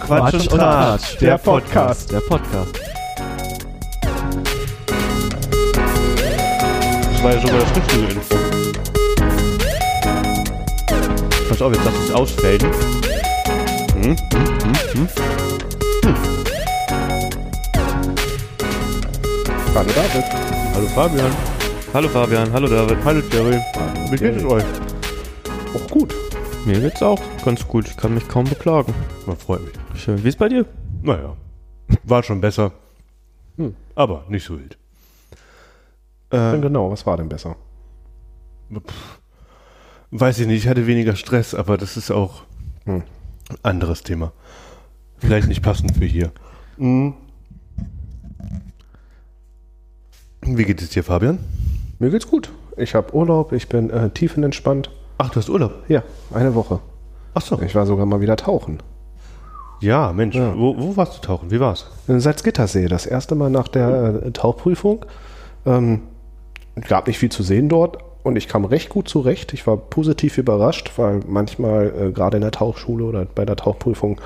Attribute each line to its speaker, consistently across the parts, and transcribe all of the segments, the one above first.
Speaker 1: Quatsch und Tratsch, der Podcast.
Speaker 2: Der Podcast.
Speaker 1: Das war ja schon mal das richtige Info. Pass auf, jetzt lass es ausfällen. Hm?
Speaker 3: Hallo David.
Speaker 1: Hallo Fabian.
Speaker 2: Hallo Fabian, hallo David.
Speaker 1: Hallo Jerry. Wie geht es euch?
Speaker 3: Auch gut.
Speaker 2: Mir geht's auch ganz gut. Ich kann mich kaum beklagen.
Speaker 1: Man freut mich.
Speaker 2: Schön. Wie ist bei dir?
Speaker 1: Naja, war schon besser.
Speaker 3: Hm.
Speaker 1: Aber nicht so wild. Äh,
Speaker 3: Dann genau, was war denn besser?
Speaker 1: Weiß ich nicht, ich hatte weniger Stress, aber das ist auch
Speaker 3: Hm.
Speaker 1: ein anderes Thema. Vielleicht nicht passend für hier. Hm. Wie geht es dir, Fabian?
Speaker 3: Mir geht's gut. Ich habe Urlaub, ich bin äh, tiefenentspannt.
Speaker 1: Ach, du hast Urlaub.
Speaker 3: Ja, eine Woche.
Speaker 1: Ach so.
Speaker 3: Ich war sogar mal wieder tauchen.
Speaker 1: Ja, Mensch,
Speaker 3: Ja.
Speaker 1: Wo, wo warst du tauchen? Wie war's?
Speaker 3: In Salzgittersee, Äh, das erste Mal nach der äh, Tauchprüfung. Ähm, gab nicht viel zu sehen dort und ich kam recht gut zurecht. Ich war positiv überrascht, weil manchmal, äh, gerade in der Tauchschule oder bei der Tauchprüfung,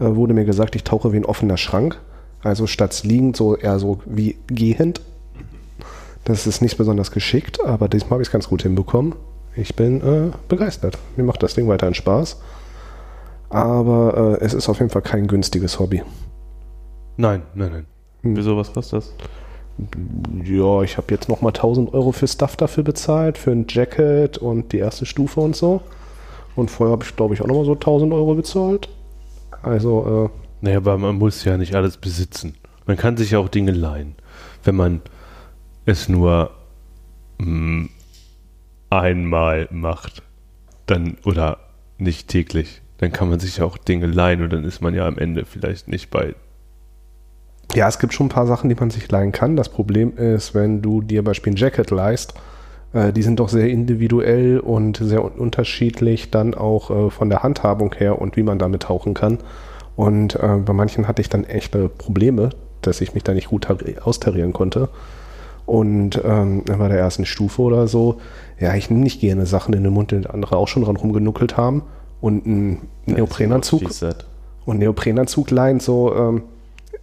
Speaker 3: äh, wurde mir gesagt, ich tauche wie ein offener Schrank. Also statt liegend so eher so wie gehend. Das ist nicht besonders geschickt, aber diesmal habe ich es ganz gut hinbekommen. Ich bin äh, begeistert. Mir macht das Ding weiterhin Spaß. Aber äh, es ist auf jeden Fall kein günstiges Hobby.
Speaker 1: Nein, nein, nein.
Speaker 2: Wieso, was kostet das?
Speaker 3: Ja, ich habe jetzt nochmal 1000 Euro für Stuff dafür bezahlt, für ein Jacket und die erste Stufe und so. Und vorher habe ich, glaube ich, auch nochmal so 1000 Euro bezahlt. Also,
Speaker 1: Naja, aber man muss ja nicht alles besitzen. Man kann sich ja auch Dinge leihen, wenn man es nur mm, einmal macht. Dann oder nicht täglich. Dann kann man sich ja auch Dinge leihen und dann ist man ja am Ende vielleicht nicht bei.
Speaker 3: äh, ja, es gibt schon ein paar Sachen, die man sich leihen kann. Das Problem ist, wenn du dir beispielsweise ein Jacket leihst, äh, die sind doch sehr individuell und sehr un unterschiedlich dann auch äh, von der Handhabung her und wie man damit tauchen kann. Und äh, bei manchen hatte ich dann echte Probleme, dass ich mich da nicht gut tari- austarieren konnte. Und ähm, bei der ersten Stufe oder so, ja, ich nehme nicht gerne Sachen in den Mund, den andere auch schon dran rumgenuckelt haben. Und ein Neoprenanzug. Und Neoprenanzug leihen, so ähm,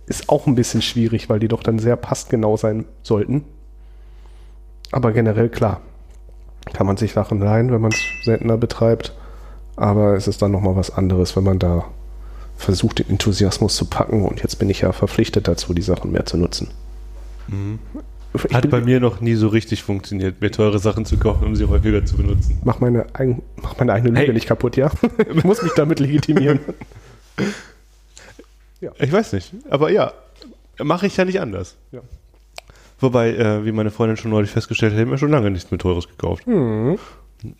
Speaker 3: ist auch ein bisschen schwierig, weil die doch dann sehr passgenau sein sollten. Aber generell klar, kann man sich Sachen leihen, wenn man es seltener betreibt. Aber es ist dann nochmal was anderes, wenn man da versucht, den Enthusiasmus zu packen. Und jetzt bin ich ja verpflichtet dazu, die Sachen mehr zu nutzen. Ich
Speaker 1: Mhm. Hat
Speaker 3: bin-
Speaker 1: bei mir noch nie so richtig funktioniert, mir teure Sachen zu kaufen, um sie häufiger zu benutzen.
Speaker 3: Mach meine, eigen, mach meine eigene Lüge
Speaker 1: Hey.
Speaker 3: nicht kaputt, ja? ich muss mich damit legitimieren.
Speaker 1: Ich weiß nicht, aber ja, mache ich ja nicht anders.
Speaker 3: Ja.
Speaker 1: Wobei, äh, wie meine Freundin schon neulich festgestellt hat, ich mir schon lange nichts mehr Teures gekauft.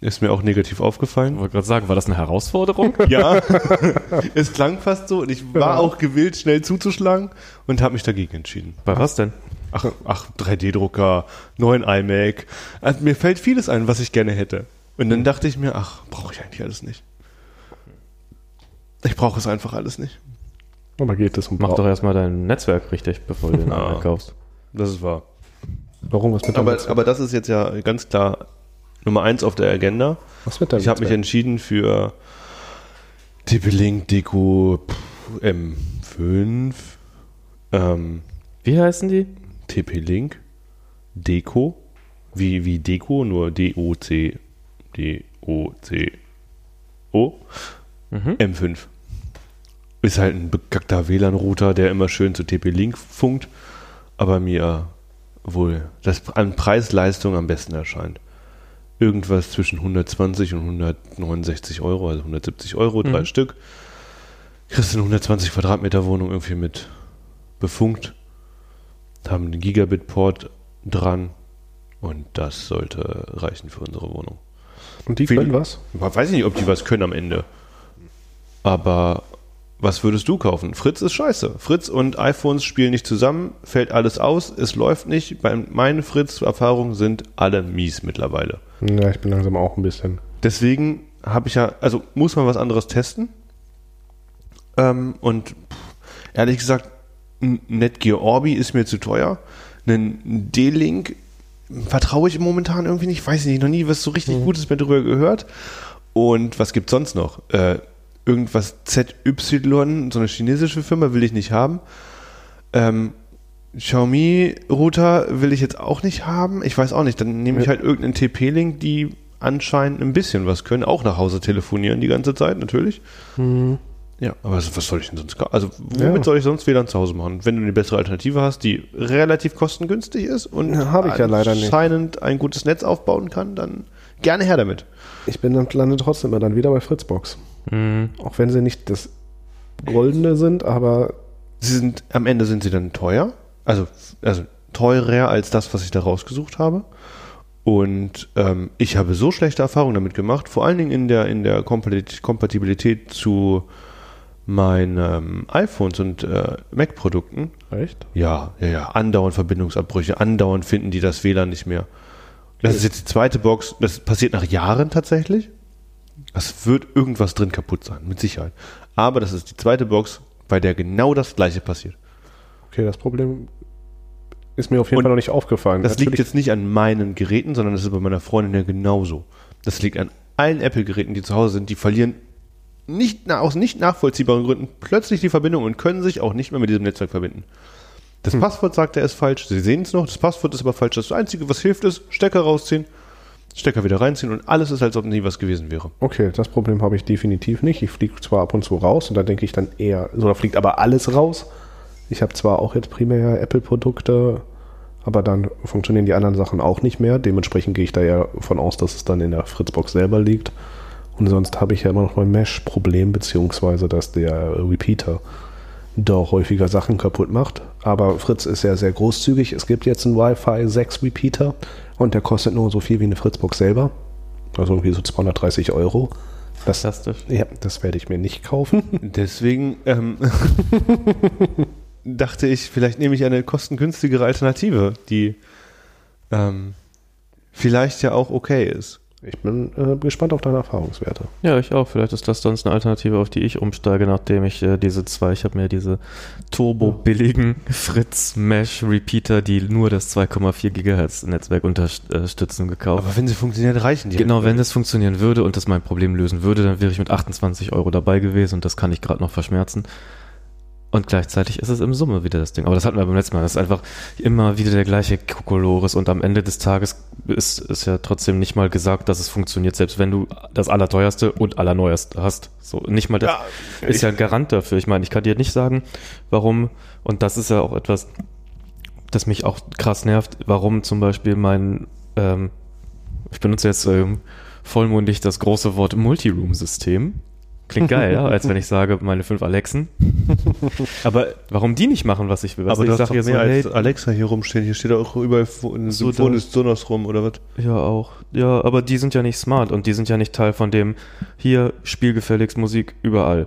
Speaker 1: Ist mir auch negativ aufgefallen.
Speaker 2: Ich wollte gerade sagen, war das eine Herausforderung?
Speaker 1: Ja, es klang fast so und ich war auch gewillt, schnell zuzuschlagen und habe mich dagegen entschieden.
Speaker 2: Bei was denn?
Speaker 1: Ach, ach 3D-Drucker, neuen iMac. Also, mir fällt vieles ein, was ich gerne hätte. Und dann dachte ich mir, ach, brauche ich eigentlich alles nicht. Ich brauche es einfach alles nicht.
Speaker 3: Aber geht es um
Speaker 2: Mach
Speaker 3: Bra-
Speaker 2: doch erstmal dein Netzwerk richtig, bevor du den
Speaker 1: Ah.
Speaker 2: anderen kaufst.
Speaker 1: Das ist wahr.
Speaker 3: Warum? Was mit deinem
Speaker 1: Aber,
Speaker 3: Netzwerk?
Speaker 1: aber das ist jetzt ja ganz klar Nummer eins auf der Agenda.
Speaker 3: was mit deinem
Speaker 1: Ich habe mich
Speaker 3: Netzwerk?
Speaker 1: entschieden für Dibbeling Deko pff, M5. Ähm,
Speaker 2: Wie heißen die?
Speaker 1: TP-Link, Deko, wie, wie Deko, nur D-O-C, D-O-C-O,
Speaker 2: Mhm.
Speaker 1: M5. Ist halt ein bekackter WLAN-Router, der immer schön zu TP-Link funkt, aber mir wohl das an Preis-Leistung am besten erscheint. Irgendwas zwischen 120 und 169 Euro, also 170 Euro, drei Stück. Kriegst du eine 120 Quadratmeter Wohnung irgendwie mit befunkt haben einen Gigabit-Port dran und das sollte reichen für unsere Wohnung.
Speaker 3: Und die
Speaker 1: Viel-
Speaker 3: können was?
Speaker 1: Ich weiß nicht, ob die was können am Ende. Aber was würdest du kaufen? Fritz ist scheiße. Fritz und iPhones spielen nicht zusammen, fällt alles aus, es läuft nicht. Bei meine Fritz-Erfahrungen sind alle mies mittlerweile.
Speaker 3: Hm, Ja, ich bin langsam auch ein bisschen.
Speaker 1: Deswegen habe ich ja, also muss man was anderes testen. Ähm, und pff, ehrlich gesagt, ein Netgear Orbi ist mir zu teuer. Ein D-Link vertraue ich momentan irgendwie nicht. Weiß ich nicht, noch nie was so richtig Gutes mehr drüber gehört. Und was gibt's sonst noch? Äh, irgendwas ZY, so eine chinesische Firma, will ich nicht haben. Ähm, Xiaomi-Router will ich jetzt auch nicht haben. Ich weiß auch nicht. Dann nehme ich halt irgendeinen TP-Link, die anscheinend ein bisschen was können. Auch nach Hause telefonieren die ganze Zeit, natürlich. Ja, aber was was soll ich denn sonst? ka- Also, womit
Speaker 3: Mhm. Ja.
Speaker 1: soll ich sonst WLAN zu Hause machen? Wenn du eine bessere Alternative hast, die relativ kostengünstig ist und
Speaker 3: Ja, habe ich ja leider nicht.
Speaker 1: anscheinend ein gutes Netz aufbauen kann, dann gerne her damit.
Speaker 3: Ich bin dann, lande trotzdem immer dann wieder bei Fritzbox. Auch wenn sie nicht das Goldene sind, aber
Speaker 1: Sie sind, am Ende sind sie dann teuer. Also, also teurer als das, was ich da rausgesucht habe. Und ähm, ich habe so schlechte Erfahrungen damit gemacht, vor allen Dingen in der, in der Kompati- Kompatibilität zu meinen ähm, iPhones und äh, Mac-Produkten.
Speaker 3: Echt?
Speaker 1: Ja, ja, ja. Andauernd Verbindungsabbrüche, andauernd finden die das WLAN nicht mehr. Das ist jetzt die zweite Box. Das passiert nach Jahren tatsächlich. Es wird irgendwas drin kaputt sein, mit Sicherheit. Aber das ist die zweite Box, bei der genau das Gleiche passiert.
Speaker 3: Okay, das Problem ist mir auf jeden
Speaker 1: Und
Speaker 3: Fall noch nicht aufgefallen.
Speaker 1: Das liegt
Speaker 3: Natürlich-
Speaker 1: jetzt nicht an meinen Geräten, sondern das ist bei meiner Freundin ja genauso. Das liegt an allen Apple-Geräten, die zu Hause sind. Die verlieren nicht, na- aus nicht nachvollziehbaren Gründen plötzlich die Verbindung und können sich auch nicht mehr mit diesem Netzwerk verbinden. Das Passwort sagt er ist falsch. Sie sehen es noch. Das Passwort ist aber falsch. Das Einzige, was hilft, ist Stecker rausziehen, Stecker wieder reinziehen und alles ist, als ob nie was gewesen wäre.
Speaker 3: Okay, das Problem habe ich definitiv nicht. Ich fliege zwar ab und zu raus und da denke ich dann eher, so da fliegt aber alles raus. Ich habe zwar auch jetzt primär Apple-Produkte, aber dann funktionieren die anderen Sachen auch nicht mehr. Dementsprechend gehe ich da ja von aus, dass es dann in der Fritzbox selber liegt. Und sonst habe ich ja immer noch mein Mesh-Problem, beziehungsweise dass der Repeater doch häufiger Sachen kaputt macht. Aber Fritz ist ja sehr großzügig. Es gibt jetzt einen Wi-Fi 6 Repeater und der kostet nur so viel wie eine Fritzbox selber. Also irgendwie so 230 Euro. Das,
Speaker 2: Fantastisch.
Speaker 3: ja, das werde ich mir nicht kaufen.
Speaker 1: Deswegen ähm, dachte ich, vielleicht nehme ich eine kostengünstigere Alternative, die ähm, vielleicht ja auch okay ist.
Speaker 3: Ich bin äh, gespannt auf deine Erfahrungswerte.
Speaker 2: Ja, ich auch. Vielleicht ist das sonst eine Alternative, auf die ich umsteige, nachdem ich äh, diese zwei, ich habe mir diese turbo-billigen Fritz-Mesh-Repeater, die nur das 2,4 Gigahertz-Netzwerk unterstützen, gekauft.
Speaker 1: Aber wenn sie funktioniert, reichen die.
Speaker 2: Genau, wenn das funktionieren würde und das mein Problem lösen würde, dann wäre ich mit 28 Euro dabei gewesen und das kann ich gerade noch verschmerzen. Und gleichzeitig ist es im Summe wieder das Ding. Aber das hatten wir beim letzten Mal. Das ist einfach immer wieder der gleiche Kokolores und am Ende des Tages ist, ist ja trotzdem nicht mal gesagt, dass es funktioniert, selbst wenn du das Allerteuerste und Allerneuerste hast. So, nicht mal das ist ja ein Garant dafür. Ich meine, ich kann dir nicht sagen, warum, und das ist ja auch etwas, das mich auch krass nervt, warum zum Beispiel mein, ähm, ich benutze jetzt ähm, vollmundig das große Wort Multiroom-System. Klingt geil, ja, als wenn ich sage, meine fünf Alexen.
Speaker 1: aber,
Speaker 2: Warum die nicht machen, was ich will? Weißt
Speaker 1: aber
Speaker 2: du,
Speaker 1: du
Speaker 2: ich
Speaker 1: hast doch
Speaker 2: sage
Speaker 1: mehr
Speaker 2: jetzt mal, hey,
Speaker 1: als Alexa hier rumstehen. Hier steht auch überall Fo- ein
Speaker 2: So,
Speaker 1: Symphonis Sonos rum oder was?
Speaker 2: Ja, auch. Ja, aber die sind ja nicht smart und die sind ja nicht Teil von dem hier spielgefälligst Musik überall.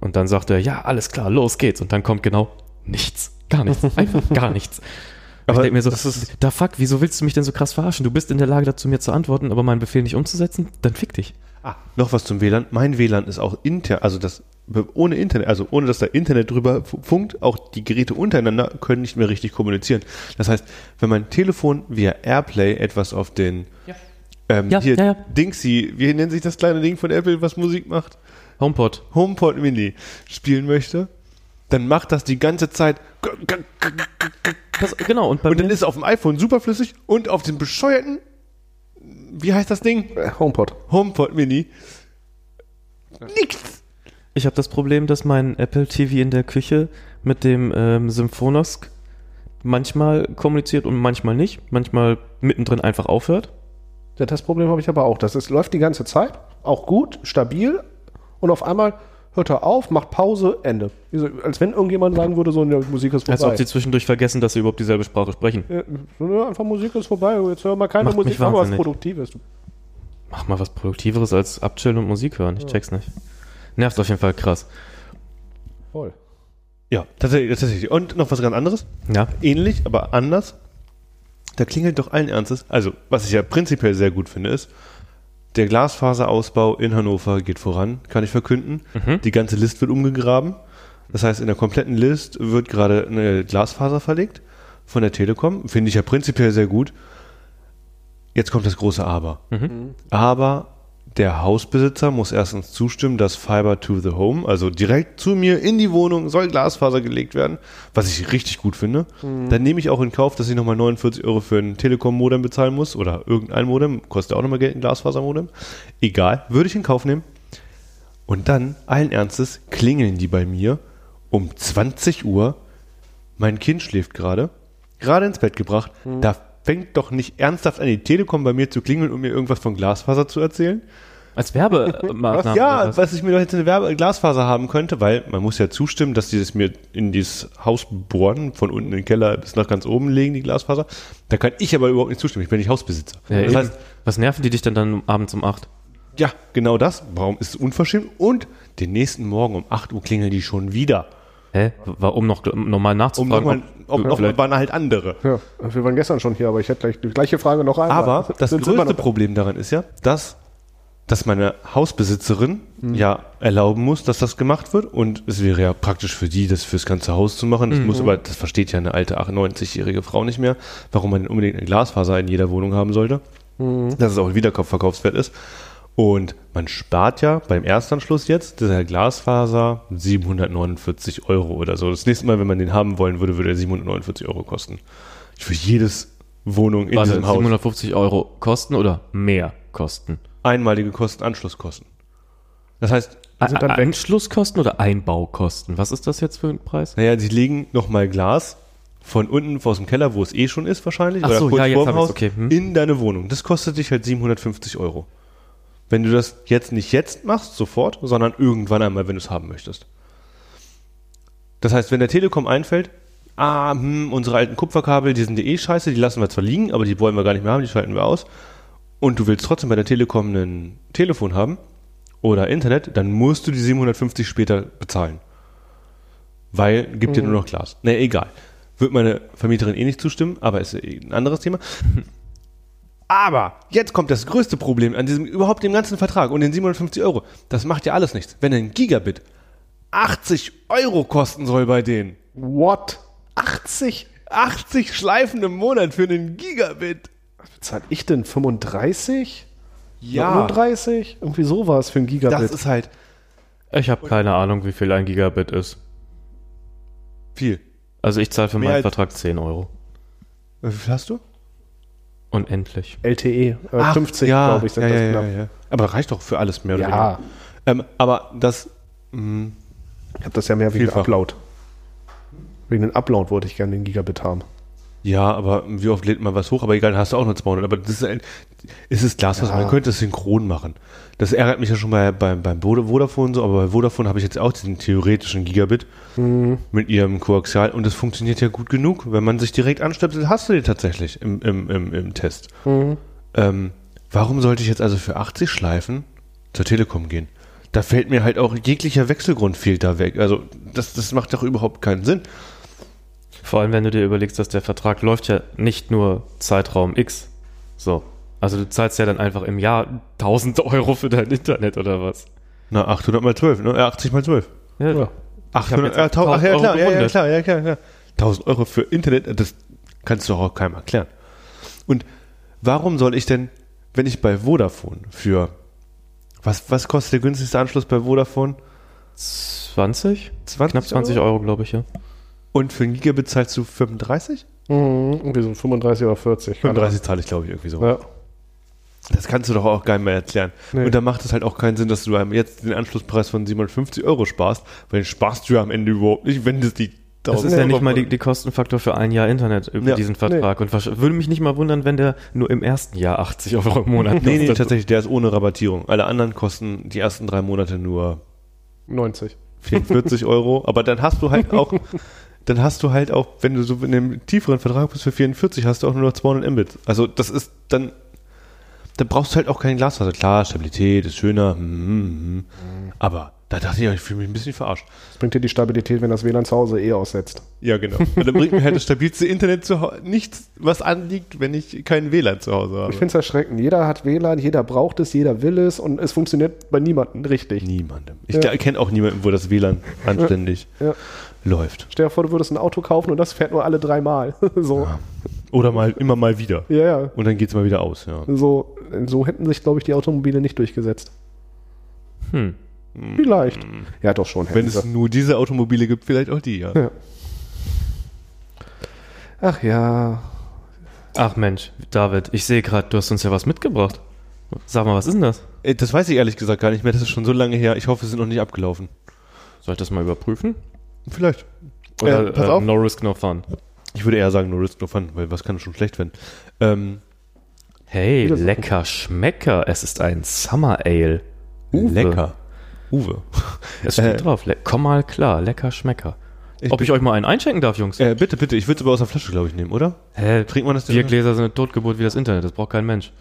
Speaker 2: Und dann sagt er, ja, alles klar, los geht's. Und dann kommt genau nichts. Gar nichts. Einfach gar nichts. Aber ich
Speaker 1: Aber
Speaker 2: denke mir so,
Speaker 1: das ist-
Speaker 2: da fuck, wieso willst du mich denn so krass verarschen? Du bist in der Lage dazu, mir zu antworten, aber meinen Befehl nicht umzusetzen? Dann fick dich.
Speaker 1: Ah, noch was zum WLAN. Mein WLAN ist auch intern, also das be- ohne Internet, also ohne dass da Internet drüber fu- funkt, auch die Geräte untereinander können nicht mehr richtig kommunizieren. Das heißt, wenn mein Telefon via Airplay etwas auf den ähm,
Speaker 2: Ja,
Speaker 1: hier
Speaker 2: ja, ja.
Speaker 1: Dingsy, wie nennt sich das kleine Ding von Apple, was Musik macht?
Speaker 2: HomePod.
Speaker 1: HomePod Mini spielen möchte, dann macht das die ganze Zeit
Speaker 2: Pass, genau, und bei
Speaker 1: und dann
Speaker 2: mir,
Speaker 1: ist es auf dem iPhone superflüssig und auf dem bescheuerten, wie heißt das Ding?
Speaker 3: Äh, HomePod.
Speaker 1: HomePod Mini. Nichts.
Speaker 2: ich habe das Problem, dass mein Apple TV in der Küche mit dem ähm, Symphonos manchmal kommuniziert und manchmal nicht. Manchmal mittendrin einfach aufhört.
Speaker 3: Ja, das Problem habe ich aber auch. Das ist, läuft die ganze Zeit, auch gut, stabil und auf einmal hört er auf, macht Pause, Ende. Wie so, Als wenn irgendjemand sagen würde, so, ja, Musik ist
Speaker 2: Als
Speaker 3: vorbei.
Speaker 2: ob sie zwischendurch vergessen, dass sie überhaupt dieselbe Sprache sprechen.
Speaker 3: Ja, nö, einfach Musik ist vorbei, jetzt hören wir keine
Speaker 2: Macht
Speaker 3: Musik,
Speaker 2: mich
Speaker 3: machen wir was
Speaker 2: wahnsinnig.
Speaker 3: Produktives.
Speaker 2: Mach mal was Produktiveres als abchillen und Musik hören. Ich check's nicht. Nervt auf jeden Fall krass.
Speaker 3: Voll.
Speaker 1: Ja, tatsächlich, tatsächlich. Und noch was ganz anderes.
Speaker 2: Ja.
Speaker 1: ähnlich, aber anders. Da klingelt doch allen Ernstes. Also, was ich ja prinzipiell sehr gut finde, ist, der Glasfaserausbau in Hannover geht voran, kann ich verkünden. Die ganze List wird umgegraben. Das heißt, in der kompletten List wird gerade eine Glasfaser verlegt von der Telekom. Finde ich ja prinzipiell sehr gut. Jetzt kommt das große Aber. Aber der Hausbesitzer muss erstens zustimmen, dass Fiber to the Home, also direkt zu mir in die Wohnung, soll Glasfaser gelegt werden, was ich richtig gut finde. Dann nehme ich auch in Kauf, dass ich nochmal 49 Euro für ein Telekom-Modem bezahlen muss oder irgendein Modem, kostet auch nochmal Geld, ein Glasfaser-Modem. Egal, würde ich in Kauf nehmen. Und dann, allen Ernstes, klingeln die bei mir um 20 Uhr. Mein Kind schläft gerade, gerade ins Bett gebracht.
Speaker 2: Hm.
Speaker 1: Da fängt doch nicht ernsthaft an, die Telekom bei mir zu klingeln, um mir irgendwas von Glasfaser zu erzählen.
Speaker 2: Als Werbemaßnahme.
Speaker 1: ja,
Speaker 2: oder was?
Speaker 1: was ich mir doch jetzt eine Werbe Glasfaser haben könnte, weil man muss ja zustimmen, dass die das mir in dieses Haus bohren, von unten in den Keller bis nach ganz oben legen, die Glasfaser. Da kann ich aber überhaupt nicht zustimmen, ich bin nicht Hausbesitzer.
Speaker 2: Ja,
Speaker 1: das
Speaker 2: eben.
Speaker 1: heißt,
Speaker 2: was nerven die dich denn dann abends um 8?
Speaker 1: ja, genau das. Warum ist es unverschämt? Und den nächsten Morgen um 8 Uhr klingeln die schon wieder.
Speaker 2: Hä? War, um noch um nochmal
Speaker 1: Um
Speaker 2: nachzufragen.
Speaker 1: nochmal, ob, ob,
Speaker 2: vielleicht-
Speaker 1: waren halt andere.
Speaker 4: Ja, wir waren gestern schon hier, aber ich hätte gleich die gleiche Frage noch einmal.
Speaker 1: Aber das
Speaker 4: Sind- sind wir
Speaker 1: größte
Speaker 4: noch-
Speaker 1: Problem daran ist ja, dass, dass meine Hausbesitzerin
Speaker 4: Mhm.
Speaker 1: ja erlauben muss, dass das gemacht wird. Und es wäre ja praktisch für die, das fürs ganze Haus zu machen. Das
Speaker 4: Mhm.
Speaker 1: muss aber, das versteht ja eine alte 98-jährige Frau nicht mehr, warum man denn unbedingt eine Glasfaser in jeder Wohnung haben sollte.
Speaker 4: Mhm.
Speaker 1: Dass es auch ein Wiederkaufverkaufswert ist. Und man spart ja beim Erstanschluss jetzt dieser Glasfaser 749 Euro oder so. Das nächste Mal, wenn man den haben wollen würde, würde er 749 Euro kosten. Für jedes Wohnung in
Speaker 2: Warte,
Speaker 1: diesem Haus.
Speaker 2: 750 Euro kosten oder mehr kosten?
Speaker 1: einmalige Kosten, Anschlusskosten. Das heißt,
Speaker 4: sind dann
Speaker 2: A-
Speaker 4: weg.
Speaker 2: Anschlusskosten Also oder Einbaukosten? Was ist das jetzt für ein Preis?
Speaker 1: naja, sie legen nochmal Glas von unten aus dem Keller, wo es eh schon ist wahrscheinlich,
Speaker 2: Ach so, ja, jetzt
Speaker 1: vorm
Speaker 2: hab ich's, okay, hm.
Speaker 1: in deine Wohnung. Das kostet dich halt 750 Euro. Wenn du das jetzt nicht jetzt machst, sofort, sondern irgendwann einmal, wenn du es haben möchtest. Das heißt, wenn der Telekom einfällt, ah, hm, unsere alten Kupferkabel, die sind ja eh scheiße, die lassen wir zwar liegen, aber die wollen wir gar nicht mehr haben, die schalten wir aus. Und du willst trotzdem bei der Telekom ein Telefon haben oder Internet, dann musst du die 750 später bezahlen. Weil gibt dir nur noch Glas. Na, egal. Wird meine Vermieterin eh nicht zustimmen, aber ist eh ein anderes Thema. Aber jetzt kommt das größte Problem an diesem überhaupt dem ganzen Vertrag und den 750 Euro. Das macht ja alles nichts. Wenn ein Gigabit 80 Euro kosten soll bei denen.
Speaker 4: What?
Speaker 1: 80? 80 Schleifen im Monat für einen Gigabit.
Speaker 4: Bezahl ich denn 35?
Speaker 1: Ja,
Speaker 4: 39? Irgendwie sowas für ein Gigabit.
Speaker 1: das ist halt
Speaker 2: Ich habe keine Ahnung, wie viel ein Gigabit ist.
Speaker 1: viel.
Speaker 2: Also ich zahle für
Speaker 1: Mehr
Speaker 2: meinen
Speaker 1: als-
Speaker 2: Vertrag 10 Euro.
Speaker 1: Wie viel hast du?
Speaker 2: Unendlich.
Speaker 3: E,
Speaker 4: LTE, äh, 50,
Speaker 1: ja,
Speaker 4: glaube ich, sind
Speaker 1: ja,
Speaker 4: das
Speaker 1: ja,
Speaker 4: knapp.
Speaker 1: Ja, ja. Aber reicht doch für alles mehr
Speaker 4: Ja.
Speaker 1: oder weniger. Ähm, aber das, mm, mh,
Speaker 4: Ich habe das ja mehr wegen
Speaker 1: Vielfach.
Speaker 4: dem Upload. Wegen dem Upload wollte ich gerne den Gigabit haben.
Speaker 1: ja, aber wie oft lädt man was hoch? Aber egal, hast du auch nur 200. Aber das ist, ein, es ist Glasfaser. Man könnte es synchron machen. Das ärgert mich ja schon bei, beim, beim Bod- Vodafone so, aber bei Vodafone habe ich jetzt auch diesen theoretischen Gigabit mit ihrem Koaxial und das funktioniert ja gut genug. Wenn man sich direkt anstöpselt, hast du den tatsächlich im, im, im, im Test. Ähm, warum sollte ich jetzt also für 80 Schleifen zur Telekom gehen? Da fällt mir halt auch jeglicher Wechselgrund fehlt da weg. Also das, das macht doch überhaupt keinen Sinn.
Speaker 2: Vor allem, wenn du dir überlegst, dass der Vertrag läuft ja nicht nur Zeitraum X. So. Also du zahlst ja dann einfach im Jahr 1000 Euro für dein Internet oder was?
Speaker 1: Na, 800 mal 12, ne? Äh, 80 mal 12.
Speaker 2: Ja.
Speaker 4: Ja.
Speaker 1: 800,
Speaker 2: jetzt
Speaker 1: äh, 1000, ach,
Speaker 2: 1000
Speaker 1: ja,
Speaker 2: Euro
Speaker 1: klar, ja, ja,
Speaker 2: gerundet.
Speaker 1: klar, ja, klar, klar. 1000 Euro für Internet, äh, das kannst du doch auch keinem erklären. Und warum soll ich denn, wenn ich bei Vodafone für, was, was kostet der günstigste Anschluss bei Vodafone?
Speaker 2: 20?
Speaker 1: 20
Speaker 2: Knapp 20 Euro, glaube ich, ja.
Speaker 1: Und für ein Gigabit zahlst du 35?
Speaker 4: Mhm, irgendwie so 35 oder 40.
Speaker 1: 35 zahle ich, glaube ich, irgendwie so.
Speaker 4: Ja.
Speaker 1: Das kannst du doch auch keinem mehr erklären.
Speaker 4: Nee.
Speaker 1: Und da macht es halt auch keinen Sinn, dass du einem jetzt den Anschlusspreis von 750 Euro sparst, weil den sparst du ja am Ende überhaupt nicht, wenn das die
Speaker 2: Das
Speaker 1: 1000
Speaker 2: ist ja
Speaker 1: Euro
Speaker 2: nicht mal die, die Kostenfaktor für ein Jahr Internet über
Speaker 1: Ja,
Speaker 2: diesen Vertrag. Und wahrsch- würde mich nicht mal wundern, wenn der nur im ersten Jahr 80 Euro im Monat
Speaker 1: Nee, nee,
Speaker 2: kostet.
Speaker 1: tatsächlich, der ist ohne Rabattierung. Alle anderen kosten die ersten drei Monate nur
Speaker 4: 90.
Speaker 1: 44 Euro, aber dann hast du halt auch, dann hast du halt auch, wenn du so in einem tieferen Vertrag bist für 44, hast du auch nur noch 200 Mbit. Also das ist dann, dann brauchst du halt auch kein Glasfaser. Klar, Stabilität ist schöner, hm, hm, hm. aber da dachte ich, ja, ich fühle mich ein bisschen verarscht.
Speaker 4: Das bringt dir die Stabilität, wenn das WLAN zu Hause eh aussetzt.
Speaker 1: Ja, genau. Und dann bringt mir halt das stabilste Internet zu Hause nichts, was anliegt, wenn ich keinen WLAN zu Hause
Speaker 4: Ich
Speaker 1: habe.
Speaker 4: finde es erschreckend. Jeder hat WLAN, jeder braucht es, jeder will es und es funktioniert bei niemandem richtig.
Speaker 1: Niemandem. Ich
Speaker 4: Ja.
Speaker 1: kenne auch niemanden, wo das WLAN anständig
Speaker 4: Ja.
Speaker 1: läuft.
Speaker 4: Stell dir vor, du würdest ein Auto kaufen und das fährt nur alle dreimal. so.
Speaker 1: Oder mal immer mal wieder.
Speaker 4: Ja, ja.
Speaker 1: Und dann geht es mal wieder aus, ja.
Speaker 4: So, so hätten sich, glaube ich, die Automobile nicht durchgesetzt.
Speaker 2: Hm.
Speaker 4: Vielleicht. Ja, doch schon.
Speaker 1: Mhm. Wenn
Speaker 4: hätten
Speaker 1: es
Speaker 4: sie.
Speaker 1: nur diese Automobile gibt, vielleicht auch die, ja.
Speaker 4: Ja. Ach ja.
Speaker 2: Ach Mensch, David, ich sehe gerade, du hast uns ja was mitgebracht. Sag mal, was ist denn das?
Speaker 1: Äh, Das weiß ich ehrlich gesagt gar nicht mehr. Das ist schon so lange her. Ich hoffe, es sind noch nicht abgelaufen.
Speaker 2: Soll ich das mal überprüfen?
Speaker 1: Vielleicht.
Speaker 2: Oder
Speaker 1: Äh, pass
Speaker 2: äh,
Speaker 1: auf.
Speaker 2: No Risk, No Fun?
Speaker 1: Ich würde eher sagen, nur Risk No Fun, weil was kann schon schlecht werden? Ähm,
Speaker 2: Hey,
Speaker 4: Wiedersehen.
Speaker 2: lecker Schmecker. Es ist ein Summer Ale. Uwe.
Speaker 1: Lecker. Uwe.
Speaker 2: Es steht
Speaker 1: Äh.
Speaker 2: drauf. Le komm mal klar, lecker Schmecker.
Speaker 1: Ich
Speaker 2: Ob ich euch mal einen einschenken darf, Jungs?
Speaker 1: Äh, bitte, bitte. Ich würde es aber aus der Flasche, glaube ich, nehmen, oder?
Speaker 2: Hä,
Speaker 1: Trinkt man Äh, das denn?
Speaker 2: Biergläser sind eine Totgeburt wie das Internet. Das braucht kein Mensch.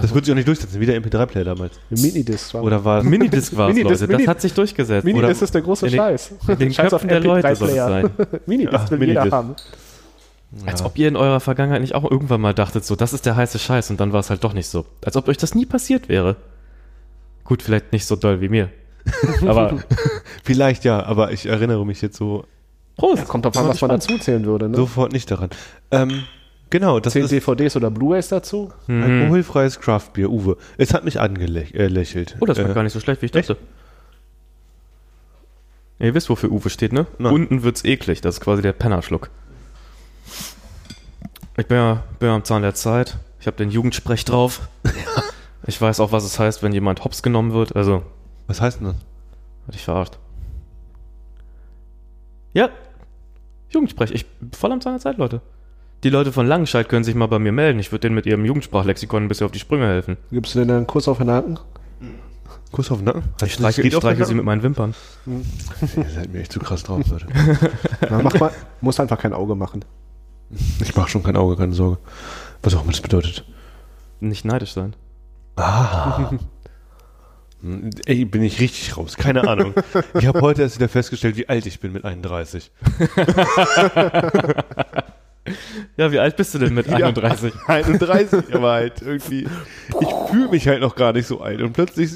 Speaker 1: Das wird sich auch nicht durchsetzen, wie der MP3-Player damals.
Speaker 4: Minidisc war
Speaker 1: Oder war
Speaker 2: Minidisc war es,
Speaker 4: Minidisc,
Speaker 2: Leute. Das
Speaker 4: Mini-
Speaker 2: hat sich durchgesetzt.
Speaker 1: Oder-
Speaker 4: Minidisc ist der große
Speaker 2: in den-
Speaker 4: Scheiß.
Speaker 2: in den
Speaker 4: Scheiß
Speaker 2: Köpfen der Leute soll es
Speaker 4: MP3-Player. Minidisc
Speaker 1: Ja,
Speaker 4: will
Speaker 1: Minidisc.
Speaker 4: jeder haben.
Speaker 2: Als ob ihr in eurer Vergangenheit nicht auch irgendwann mal dachtet, so, das ist der heiße Scheiß und dann war es halt doch nicht so. Als ob euch das nie passiert wäre. Gut, vielleicht nicht so doll wie mir. Aber
Speaker 1: Vielleicht ja, aber ich erinnere mich jetzt so
Speaker 2: Prost!
Speaker 4: Ja, kommt drauf an,
Speaker 2: Bin
Speaker 4: was man
Speaker 2: gespannt.
Speaker 4: dazu zählen würde. Ne?
Speaker 1: sofort nicht daran. Ähm, genau, das
Speaker 4: Zehn
Speaker 1: ist
Speaker 4: DVDs oder Blu-rays dazu?
Speaker 1: Hm.
Speaker 2: Mhm.
Speaker 1: alkoholfreies Craftbier, Uwe. Es hat mich angelächelt. Äh, lächelt.
Speaker 2: Oh, das war
Speaker 1: äh,
Speaker 2: gar nicht so schlecht, wie ich dachte. Ihr wisst, wofür Uwe steht, ne?
Speaker 1: Nein.
Speaker 2: Unten wird's eklig. Das ist quasi der Pennerschluck. Ich bin ja, bin ja am Zahn der Zeit. Ich habe den Jugendsprech drauf. ich weiß auch, was es heißt, wenn jemand hops genommen wird. Also,
Speaker 1: Was heißt denn das?
Speaker 2: Hat ich verarscht. Ja. Jugendsprech. Ich bin voll am Zahn der Zeit, Leute. Die Leute von Langenscheid können sich mal bei mir melden. Ich würde denen mit ihrem Jugendsprachlexikon ein bisschen auf die Sprünge helfen.
Speaker 4: Gibst du denn einen Kuss auf den Haken?
Speaker 1: Kuss auf den Nacken?
Speaker 2: Ich streiche, ich streiche sie mit meinen Wimpern.
Speaker 1: Ihr seid mir echt zu krass drauf, Leute.
Speaker 4: Na, mach mal, muss einfach kein Auge machen.
Speaker 1: Ich mache schon kein Auge, keine Sorge. Was auch immer das bedeutet.
Speaker 2: Nicht neidisch sein.
Speaker 1: Hm, Ey, bin ich richtig raus. Keine Ahnung. Ich habe heute erst wieder festgestellt, wie alt ich bin mit 31.
Speaker 2: Ja, wie alt bist du denn mit 31?
Speaker 1: 31, aber halt irgendwie. Ich fühle mich halt noch gar nicht so alt. Und plötzlich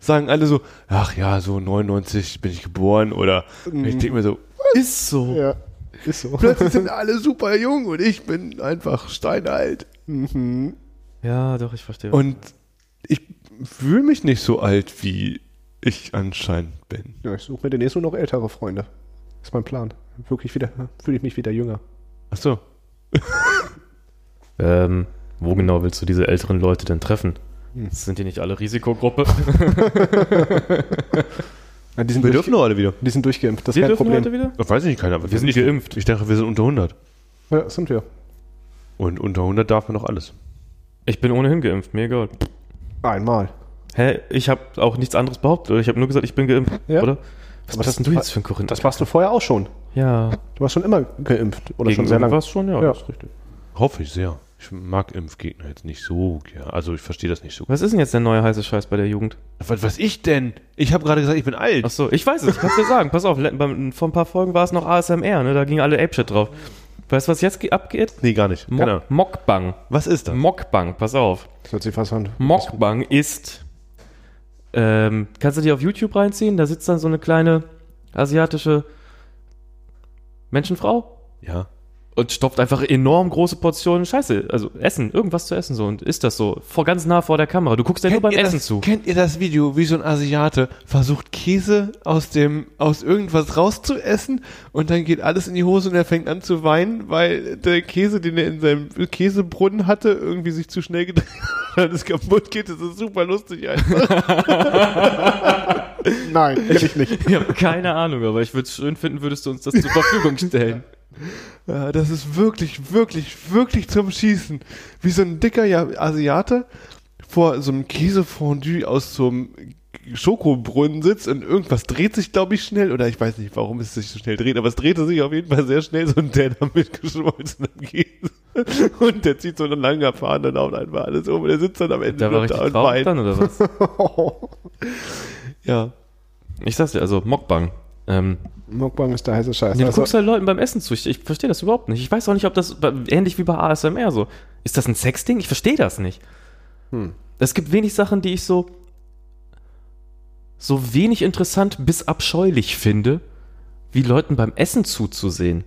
Speaker 1: sagen alle so, ach ja, so 99 bin ich geboren oder ich denke mir so,
Speaker 2: Ist so.
Speaker 4: Ja, ist so.
Speaker 1: Mhm. plötzlich sind alle super jung und ich bin einfach steinalt.
Speaker 2: Ja, doch, ich verstehe.
Speaker 1: Und ich fühle mich nicht so alt, wie ich anscheinend bin.
Speaker 4: Ja, ich suche mir demnächst nur noch ältere Freunde. Ist mein Plan. Wirklich wieder, fühle ich mich wieder jünger.
Speaker 1: Ach so.
Speaker 2: ähm, wo genau willst du diese älteren Leute denn treffen?
Speaker 4: Hm.
Speaker 2: Sind die nicht alle Risikogruppe?
Speaker 4: Ja, die, sind
Speaker 1: Wir
Speaker 4: durch,
Speaker 1: dürfen doch alle wieder.
Speaker 4: die sind durchgeimpft, das ist
Speaker 2: Wir
Speaker 4: kein
Speaker 2: dürfen
Speaker 4: Problem.
Speaker 2: heute wieder?
Speaker 1: Das weiß ich nicht, keiner. aber
Speaker 2: Wir sind
Speaker 1: ich-
Speaker 2: geimpft.
Speaker 1: Ich dachte, wir sind unter 100.
Speaker 4: Ja, sind wir.
Speaker 1: Und unter 100 darf man noch alles.
Speaker 2: Ich bin ohnehin geimpft, mir egal.
Speaker 4: Einmal.
Speaker 2: Hä? Ich habe auch nichts anderes behauptet. oder? Ich habe nur gesagt, ich bin geimpft,
Speaker 4: Ja.
Speaker 2: oder? Was
Speaker 4: Aber
Speaker 2: bist
Speaker 4: das-
Speaker 2: denn du jetzt für ein Korinther?
Speaker 4: Das warst du vorher auch schon.
Speaker 2: ja,
Speaker 4: Du warst schon immer geimpft. Oder
Speaker 2: gegen
Speaker 4: schon sehr lange.
Speaker 2: irgendwas schon, ja,
Speaker 4: Ja.
Speaker 2: Ist richtig.
Speaker 1: Hoffe ich sehr. Ich mag Impfgegner jetzt nicht so gern. Also ich verstehe das nicht so.
Speaker 2: Was ist denn jetzt der neue heiße Scheiß bei der Jugend?
Speaker 1: Was, was ich denn? Ich habe gerade gesagt, ich bin alt.
Speaker 2: Ach so, ich weiß es, ich kann's dir sagen. Pass auf, le- beim, vor ein paar Folgen war es noch ASMR, ne? Da gingen alle Apeshit drauf. Weißt du, was jetzt ge- abgeht?
Speaker 1: Nee, gar nicht.
Speaker 2: Mo
Speaker 1: Keine
Speaker 4: Genau.
Speaker 1: Ahnung.
Speaker 2: Mockbang.
Speaker 1: Was ist das?
Speaker 2: Mockbang, pass auf.
Speaker 4: Das hört sich fast an.
Speaker 2: Mockbang ist. Ähm, kannst du die auf YouTube reinziehen? Da sitzt dann so eine kleine asiatische Menschenfrau
Speaker 1: Ja.
Speaker 2: und stopft einfach enorm große Portionen Scheiße, also Essen, irgendwas zu essen so und ist das so vor ganz nah vor der Kamera. Du guckst ja nur beim Essen
Speaker 1: das,
Speaker 2: zu.
Speaker 1: Kennt ihr das Video, wie so ein Asiate versucht Käse aus dem aus irgendwas rauszuessen und dann geht alles in die Hose und er fängt an zu weinen, weil der Käse, den er in seinem Käsebrunnen hatte, irgendwie sich zu schnell gedreht hat, und alles kaputt geht. Das ist super lustig einfach.
Speaker 4: Nein, kenn ich nicht.
Speaker 2: Ich habe keine Ahnung, aber ich würde es schön finden, würdest du uns das zur Verfügung stellen.
Speaker 1: Ja, Äh, das ist wirklich, wirklich, wirklich zum Schießen. Wie so ein dicker Ja- Asiate vor so einem Käsefondue aus so einem Schokobrunnen sitzt und irgendwas dreht sich, glaube ich, schnell. Oder ich weiß nicht, warum es sich so schnell dreht, aber es drehte sich auf jeden Fall sehr schnell so ein Teller mit geschmolzenem Käse. Und der zieht so eine lange Fahne und haut einfach alles um. Und der sitzt dann am Ende
Speaker 2: Da war
Speaker 1: nur
Speaker 2: richtig
Speaker 1: und
Speaker 2: traurig
Speaker 1: weint.
Speaker 2: dann oder was?
Speaker 1: Ja.
Speaker 2: Ich sag's dir, also Mockbang. Ähm,
Speaker 4: Mockbang ist der heiße Scheiß.
Speaker 2: ja, du
Speaker 4: Also,
Speaker 2: guckst halt Leuten beim Essen zu. Ich, ich verstehe das überhaupt nicht. Ich weiß auch nicht, ob das bei- ähnlich wie bei ASMR so. Ist das ein Sexding? Ich verstehe das nicht. Es gibt wenig Sachen, die ich so so wenig interessant bis abscheulich finde, wie Leuten beim Essen zuzusehen.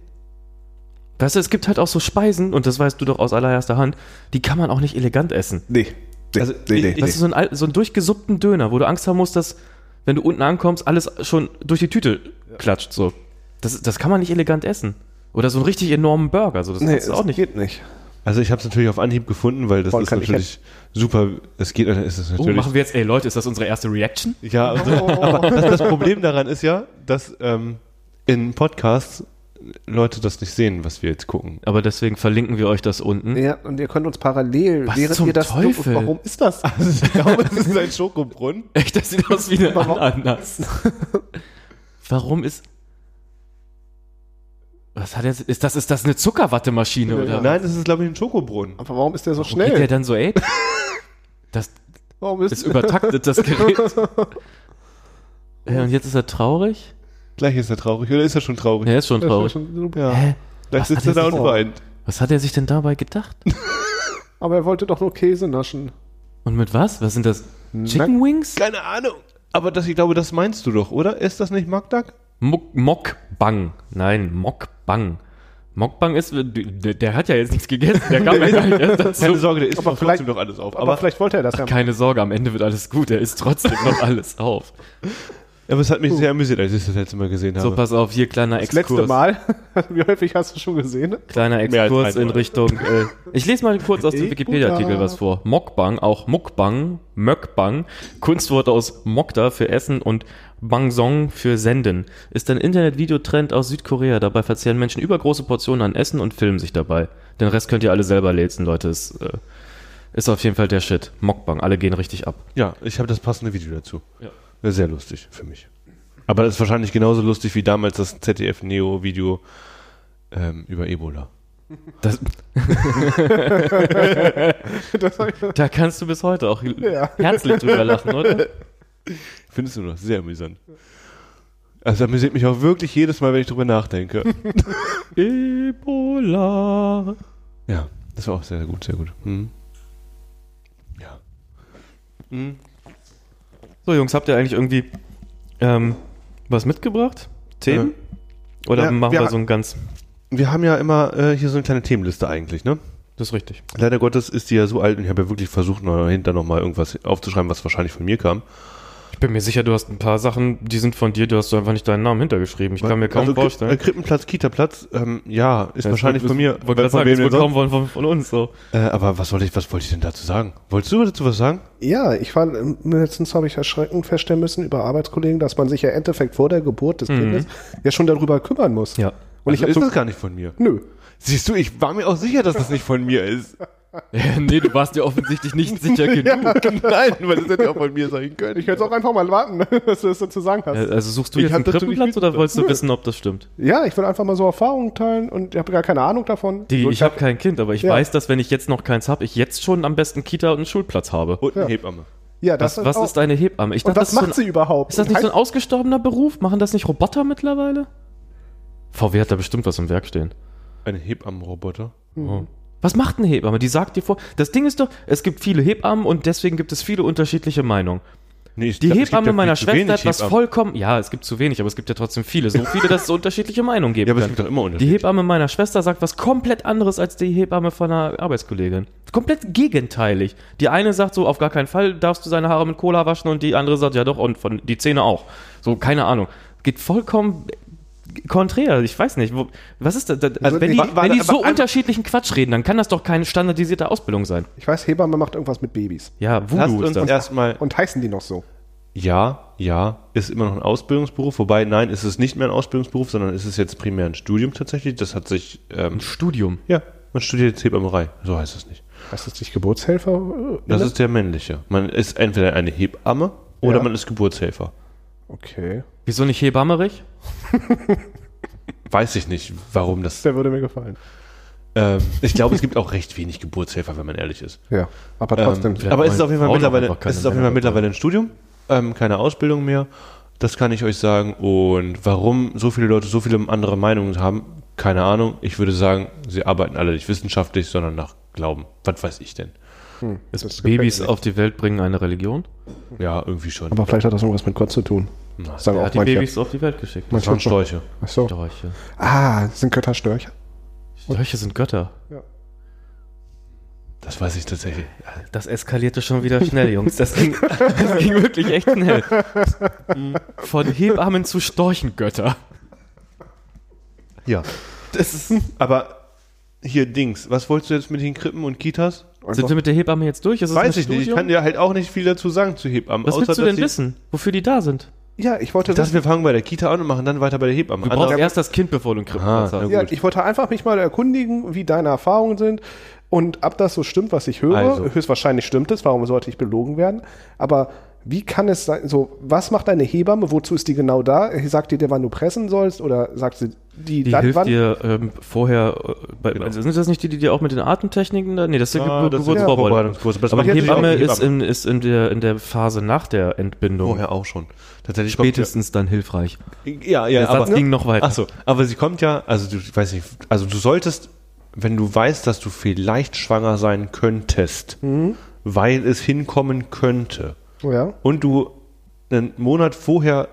Speaker 2: Weißt du, es gibt halt auch so Speisen, und das weißt du doch aus allererster Hand, die kann man auch nicht elegant essen.
Speaker 3: Nee. Nee,
Speaker 2: Also,
Speaker 3: nee, nee,
Speaker 2: das ist so ein, al- so ein durchgesuppten Döner, wo du Angst haben musst, dass, wenn du unten ankommst, alles schon durch die Tüte klatscht. So. Das, das kann man nicht elegant essen. Oder so einen richtig enormen Burger. So, das kannst du
Speaker 3: es
Speaker 2: auch nicht.
Speaker 3: geht nicht.
Speaker 1: Also ich habe es natürlich auf Anhieb gefunden, weil das
Speaker 3: Voll
Speaker 1: ist
Speaker 3: kann ich
Speaker 1: natürlich super. Es geht, es ist
Speaker 2: Oh,
Speaker 1: natürlich.
Speaker 2: machen wir jetzt, ey Leute, ist das unsere erste Reaction?
Speaker 1: ja,
Speaker 4: Oh.
Speaker 1: also, aber das, das Problem daran ist ja, dass ähm, in Podcasts Leute das nicht sehen, was wir jetzt gucken.
Speaker 2: Aber deswegen verlinken wir euch das unten.
Speaker 3: Ja, und ihr könnt uns parallel,
Speaker 2: Hm? Was
Speaker 3: während
Speaker 2: zum
Speaker 3: ihr das
Speaker 2: Teufel?
Speaker 3: warum ist das?
Speaker 1: Also ich glaube, es ist ein Schokobrunnen.
Speaker 2: Echt, das sieht aus wie eine Ananas. Warum ist. Was hat er. Ist das, ist das eine Zuckerwattemaschine oder?
Speaker 1: Nein, es ist, glaube ich, ein Schokobrunnen.
Speaker 3: Aber warum ist der so
Speaker 2: Geht der
Speaker 3: schnell?
Speaker 2: dann so, ey? Das
Speaker 3: Warum ist,
Speaker 2: ist übertaktet, das Gerät. Ja, und jetzt ist er traurig?
Speaker 1: Gleich ist er traurig. Oder ist er schon traurig?
Speaker 2: Er ist schon
Speaker 3: das ist
Speaker 2: traurig.
Speaker 3: schon super.
Speaker 1: Ja.
Speaker 2: Hä?
Speaker 1: Gleich
Speaker 2: Was
Speaker 1: sitzt er
Speaker 2: hat
Speaker 1: da
Speaker 2: er
Speaker 1: und
Speaker 3: vor?
Speaker 1: weint.
Speaker 2: Was hat er sich denn dabei gedacht?
Speaker 3: Aber er wollte doch nur Käse naschen.
Speaker 2: Und mit was? Was sind das? Chicken Wings?
Speaker 1: Keine Ahnung. Aber das, ich glaube, das meinst du doch, oder? Ist das nicht Magdak?
Speaker 2: Muck- Mokbang. Nein, Mokbang. Mokbang ist, der, der hat ja jetzt nichts gegessen, der kam ja gar nicht erst
Speaker 1: Keine
Speaker 2: dazu.
Speaker 1: Sorge, der isst
Speaker 4: aber
Speaker 1: aber
Speaker 4: vielleicht-
Speaker 1: trotzdem noch alles auf.
Speaker 4: Aber
Speaker 1: Aber,
Speaker 4: vielleicht wollte er das ja.
Speaker 2: Keine Sorge, am Ende wird alles gut, er isst trotzdem noch alles auf.
Speaker 1: aber es hat
Speaker 4: Oh.
Speaker 1: mich sehr amüsiert, als ich das letzte Mal gesehen
Speaker 2: So,
Speaker 1: habe.
Speaker 2: pass auf, hier kleiner
Speaker 4: Das letzte
Speaker 2: Exkurs.
Speaker 4: Mal. Wie häufig hast du schon gesehen?
Speaker 2: Kleiner
Speaker 1: Mehr als
Speaker 2: Exkurs
Speaker 1: einmal.
Speaker 2: in Richtung. Äh, ich lese mal kurz aus dem Wikipedia-Artikel was vor. Mokbang, auch Mukbang, Mökbang, Kunstwort aus Mokda für Essen und Bangsong für Senden, ist ein Internet-Videotrend aus Südkorea. Dabei verzehren Menschen übergroße Portionen an Essen und filmen sich dabei. Den Rest könnt ihr alle selber lesen, Leute. Ist, äh, ist auf jeden Fall der Shit. Mokbang, alle gehen richtig ab.
Speaker 1: Ja, ich habe das passende Video dazu.
Speaker 2: Ja.
Speaker 1: Ja. Sehr lustig für mich. Aber das ist wahrscheinlich genauso lustig wie damals das ZDF-Neo-Video ähm, über Ebola.
Speaker 2: Das,
Speaker 4: Das hab ich-
Speaker 2: da kannst du bis heute auch
Speaker 4: Ja.
Speaker 2: herzlich drüber lachen, oder?
Speaker 1: Findest du das sehr amüsant? Also amüsiert mich auch wirklich jedes Mal, wenn ich drüber nachdenke.
Speaker 2: Ebola.
Speaker 1: ja, das war auch sehr, sehr gut, sehr gut. Mhm. Ja.
Speaker 2: So, Jungs, habt ihr eigentlich irgendwie ähm, was mitgebracht? Themen? Oder
Speaker 1: Äh, Ja,
Speaker 2: machen wir
Speaker 1: wir-
Speaker 2: so ein ganz.
Speaker 1: Wir haben ja immer äh, hier so eine kleine Themenliste eigentlich, ne?
Speaker 2: Das ist richtig.
Speaker 1: Leider Gottes ist die ja so alt und ich habe ja wirklich versucht, dahinter nochmal irgendwas aufzuschreiben, was wahrscheinlich von mir kam.
Speaker 2: Ich bin mir sicher, du hast ein paar Sachen, die sind von dir, du hast so einfach nicht deinen Namen hintergeschrieben. Ich kann mir kaum
Speaker 1: also, Kri- Äh,
Speaker 2: vorstellen.
Speaker 1: Krippenplatz, Kita-Platz, ähm, ja, ist
Speaker 2: Ja,
Speaker 1: wahrscheinlich
Speaker 2: das-
Speaker 1: von mir.
Speaker 2: Wollte gerade
Speaker 1: von
Speaker 2: sagen,
Speaker 1: wem
Speaker 2: es
Speaker 1: denn
Speaker 2: wird kaum
Speaker 1: sonst?
Speaker 2: von, von, von uns so.
Speaker 1: Äh, aber was wollte ich, was wollte ich denn dazu sagen? Wolltest du dazu was sagen?
Speaker 4: Ja, ich fand, ähm, letztens habe ich erschreckend feststellen müssen über Arbeitskollegen, dass man sich ja im Endeffekt vor der Geburt des Kindes ja schon darüber kümmern muss.
Speaker 2: Mhm. Ja.
Speaker 4: Und
Speaker 1: also
Speaker 4: ich
Speaker 1: ist
Speaker 4: habe
Speaker 1: das
Speaker 4: so,
Speaker 1: gar nicht von mir.
Speaker 4: nö.
Speaker 1: Siehst du, ich war mir auch sicher, dass das nicht von mir ist.
Speaker 2: nee, du warst dir offensichtlich nicht sicher genug.
Speaker 1: Nein, weil das hätte auch von mir sein können.
Speaker 4: Ich hätte auch einfach mal warten, was du das dazu sagen hast.
Speaker 2: Also suchst du
Speaker 1: Ich
Speaker 2: jetzt einen
Speaker 1: hab das natürlich
Speaker 2: Krippenplatz oder wolltest du
Speaker 4: Nö.
Speaker 2: wissen, ob das stimmt?
Speaker 4: Ja, ich will einfach mal so Erfahrungen teilen und ich habe gar keine Ahnung davon.
Speaker 2: Die,
Speaker 4: So,
Speaker 2: ich habe kein Kind, aber ich
Speaker 4: Ja.
Speaker 2: weiß, dass wenn ich jetzt noch keins habe, ich jetzt schon am besten Kita und einen Schulplatz habe.
Speaker 1: Und eine
Speaker 4: Ja.
Speaker 1: Hebamme.
Speaker 4: ja, das
Speaker 2: Was, was
Speaker 4: auch-
Speaker 2: ist deine Hebamme? Ich
Speaker 4: Und
Speaker 2: das
Speaker 4: was
Speaker 2: ist so ein-
Speaker 4: macht sie überhaupt?
Speaker 2: Ist das nicht
Speaker 4: Und
Speaker 2: so ein ausgestorbener Beruf? Machen das nicht Roboter mittlerweile? VW hat da bestimmt was im Werk stehen.
Speaker 1: Eine Hebammenroboter.
Speaker 2: Oh. Was macht eine Hebamme? Die sagt dir vor. Das Ding ist doch, es gibt viele Hebammen und deswegen gibt es viele unterschiedliche Meinungen.
Speaker 1: Nee, ich
Speaker 2: Die
Speaker 1: glaub, es gibt
Speaker 2: Hebamme
Speaker 1: ja
Speaker 2: meiner
Speaker 1: viel zu
Speaker 2: Schwester hat
Speaker 1: wenig
Speaker 2: was
Speaker 1: Hebammen.
Speaker 2: vollkommen. Ja, es gibt zu wenig, aber es gibt ja trotzdem viele. So viele, dass es unterschiedliche Meinungen geben
Speaker 1: Ja, aber es
Speaker 2: kann.
Speaker 1: gibt doch immer
Speaker 2: Die
Speaker 1: Unterschiede.
Speaker 2: Hebamme meiner Schwester sagt was komplett anderes als die Hebamme von einer Arbeitskollegin. Komplett gegenteilig. Die eine sagt so, auf gar keinen Fall darfst du seine Haare mit Cola waschen und die andere sagt, ja doch, und von die Zähne auch. So, keine Ahnung. Geht vollkommen konträr. Ich weiß nicht. Wo, was ist das? das also, wenn die,
Speaker 1: warte,
Speaker 2: wenn die
Speaker 1: aber
Speaker 2: so
Speaker 1: einmal-
Speaker 2: unterschiedlichen Quatsch reden, dann kann das doch keine standardisierte Ausbildung sein.
Speaker 4: Ich weiß, Hebamme macht irgendwas mit Babys.
Speaker 2: Ja,
Speaker 1: Lasst
Speaker 2: Voodoo ist
Speaker 1: uns
Speaker 2: das.
Speaker 1: erstmal
Speaker 4: Und heißen die noch so?
Speaker 1: Ja, ja, ist immer noch ein Ausbildungsberuf, wobei nein, ist es nicht mehr ein Ausbildungsberuf, sondern ist es jetzt primär ein Studium tatsächlich. Das hat sich, ähm,
Speaker 2: Studium.
Speaker 1: ja, man studiert jetzt Hebammerei, so heißt es nicht.
Speaker 4: Heißt das nicht Geburtshelfer?
Speaker 1: Das
Speaker 3: ne?
Speaker 1: ist der männliche. Man ist entweder eine Hebamme oder
Speaker 4: Ja.
Speaker 1: man ist Geburtshelfer.
Speaker 4: Okay.
Speaker 2: Wieso nicht Hebammerich?
Speaker 1: Weiß ich nicht, warum das.
Speaker 4: Der würde mir gefallen.
Speaker 1: Ähm, ich glaube, es gibt auch recht wenig Geburtshelfer, wenn man ehrlich ist.
Speaker 4: Ja, aber
Speaker 1: Ähm,
Speaker 4: trotzdem.
Speaker 1: aber es ist auf jeden Fall
Speaker 2: Frauen haben
Speaker 1: mittlerweile,
Speaker 2: einfach keine
Speaker 1: es ist auf jeden Fall
Speaker 2: Männer.
Speaker 1: mittlerweile ein Studium, ähm, keine Ausbildung mehr. Das kann ich euch sagen. Und warum so viele Leute so viele andere Meinungen haben, keine Ahnung. Ich würde sagen, sie arbeiten alle nicht wissenschaftlich, sondern nach Glauben. Was weiß ich denn?
Speaker 2: Ist
Speaker 4: gefällt
Speaker 2: Babys
Speaker 4: mir nicht.
Speaker 2: auf die Welt bringen eine Religion?
Speaker 1: Ja, irgendwie schon.
Speaker 4: aber vielleicht hat das irgendwas mit Gott zu tun. Das sagen
Speaker 2: Wer
Speaker 4: auch
Speaker 2: hat die
Speaker 4: manche.
Speaker 2: Babys auf die Welt geschickt?
Speaker 1: Das waren Sträuche.
Speaker 4: Ach so.
Speaker 2: Sträuche.
Speaker 4: Ah, sind Götter Störche?
Speaker 2: Löcher sind Götter.
Speaker 1: Das weiß ich tatsächlich.
Speaker 2: Das eskalierte schon wieder schnell, Jungs. Das ging, das ging wirklich echt schnell. Von Hebammen zu Storchengötter.
Speaker 1: Ja.
Speaker 2: Das ist, sind
Speaker 1: Aber hier Dings, was wolltest du jetzt mit den Krippen und Kitas?
Speaker 2: wir mit der Hebamme jetzt durch? Ist das
Speaker 1: Weiß
Speaker 2: ein
Speaker 1: ich nicht. Ich
Speaker 2: Studium?
Speaker 1: kann dir halt auch nicht viel dazu sagen zu Hebammen.
Speaker 2: Was willst du denn
Speaker 1: dass sie-
Speaker 2: wissen? Wofür die da sind?
Speaker 3: Ja, ich wollte,
Speaker 1: Dass wir fangen bei der Kita an und machen dann weiter bei der Hebamme.
Speaker 2: Du
Speaker 1: Andere-
Speaker 2: brauchst erst das Kind, bevor du einen Krippenplatz
Speaker 1: Ah, na
Speaker 2: hast.
Speaker 1: gut.
Speaker 3: ja, ich wollte einfach mich mal erkundigen, wie deine Erfahrungen sind und ob das so stimmt, was ich höre.
Speaker 1: Also.
Speaker 3: Höchstwahrscheinlich stimmt es, warum sollte ich belogen werden? Aber wie kann es sein, so, was macht eine Hebamme, wozu ist die genau da? Sagt die dir, wann du pressen sollst oder sagt sie die,
Speaker 2: Die
Speaker 3: dann,
Speaker 2: hilft
Speaker 3: wann?
Speaker 2: dir ähm, vorher, äh, bei,
Speaker 1: Genau.
Speaker 2: also sind das nicht die, die dir auch mit den Atemtechniken da? Nee, das ist der
Speaker 1: Ah,
Speaker 2: Gebur
Speaker 1: das ist
Speaker 2: Geburtsvorbereitung.
Speaker 1: Vorbereitungskurs. Das
Speaker 2: Aber
Speaker 1: macht natürlich
Speaker 2: Hebamme
Speaker 1: auch die
Speaker 2: ist, in, ist in, der, in der Phase nach der Entbindung
Speaker 1: vorher auch schon. Tatsächlich kommt
Speaker 2: spätestens dann hilfreich.
Speaker 1: Ja, ja, ja
Speaker 2: Der Satz ging noch weiter.
Speaker 1: Achso, aber sie kommt ja, also du ich weiß nicht, also du solltest, wenn du weißt, dass du vielleicht schwanger sein könntest,
Speaker 2: Mhm.
Speaker 1: weil es hinkommen könnte,
Speaker 3: Ja.
Speaker 1: und du einen Monat vorher,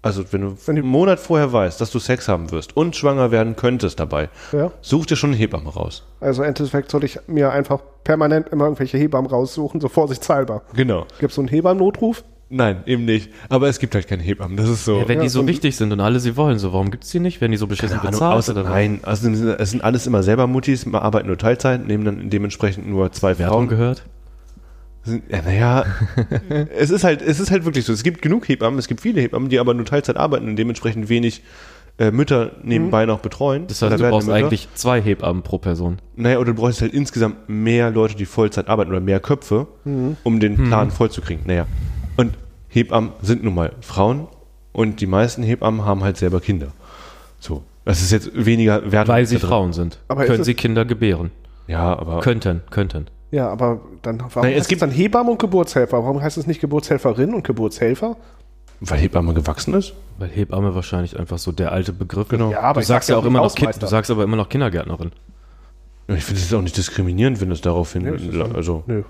Speaker 1: also wenn du
Speaker 3: Wenn die-
Speaker 1: einen Monat vorher weißt, dass du Sex haben wirst und schwanger werden könntest dabei,
Speaker 3: Ja.
Speaker 1: such dir schon eine Hebamme raus.
Speaker 3: Also im Endeffekt sollte ich mir einfach permanent immer irgendwelche Hebammen raussuchen, so vorsichtshalber.
Speaker 1: Genau.
Speaker 3: Gibt es so einen Hebammen-Notruf?
Speaker 1: Nein, eben nicht. Aber es gibt halt keine Hebammen. Das ist so.
Speaker 2: Ja, wenn
Speaker 3: Ja,
Speaker 2: die so
Speaker 3: und-
Speaker 2: wichtig sind und alle sie wollen, so warum gibt's die nicht? Werden die so beschissen
Speaker 1: Keine Ahnung,
Speaker 2: bezahlt?
Speaker 1: außer,
Speaker 2: oder was?
Speaker 1: nein, also es sind alles immer selber Muttis, ma- arbeiten nur Teilzeit, nehmen dann dementsprechend nur zwei
Speaker 2: Werbung
Speaker 1: Frauen.
Speaker 2: gehört?
Speaker 1: Sind, ja, naja, es ist halt, es ist halt wirklich so. Es gibt genug Hebammen, es gibt viele Hebammen, die aber nur Teilzeit arbeiten und dementsprechend wenig äh, Mütter nebenbei noch betreuen.
Speaker 2: Das
Speaker 1: Oder
Speaker 2: heißt, du
Speaker 1: werdende
Speaker 2: brauchst
Speaker 1: Mütter.
Speaker 2: eigentlich zwei Hebammen pro Person.
Speaker 1: Naja, oder du bräuchst halt insgesamt mehr Leute, die Vollzeit arbeiten oder mehr Köpfe, um den
Speaker 2: Mhm.
Speaker 1: Plan vollzukriegen. Naja. Und Hebammen sind nun mal Frauen und die meisten Hebammen haben halt selber Kinder. So. Das ist jetzt weniger wert.
Speaker 2: Weil sie Frauen sind.
Speaker 3: Aber ist
Speaker 2: können
Speaker 3: es-
Speaker 2: sie Kinder gebären.
Speaker 1: Ja, aber.
Speaker 2: Könnten, könnten.
Speaker 3: Ja, aber dann warum
Speaker 1: Nein, es
Speaker 3: heißt
Speaker 1: gibt-
Speaker 3: dann Hebammen und Geburtshelfer. Warum heißt es nicht Geburtshelferin und Geburtshelfer?
Speaker 1: Weil Hebamme gewachsen ist?
Speaker 2: Weil Hebamme wahrscheinlich einfach so der alte Begriff.
Speaker 1: Genau.
Speaker 3: Ja, aber
Speaker 2: du
Speaker 3: ich
Speaker 2: sagst
Speaker 3: sag
Speaker 2: ja
Speaker 3: ja
Speaker 2: auch immer
Speaker 3: auch
Speaker 2: noch Kind,
Speaker 3: Hausmeister.
Speaker 2: du sagst aber immer noch Kindergärtnerin.
Speaker 1: Ich finde es auch nicht diskriminierend, wenn es darauf hin. also,
Speaker 3: Nö.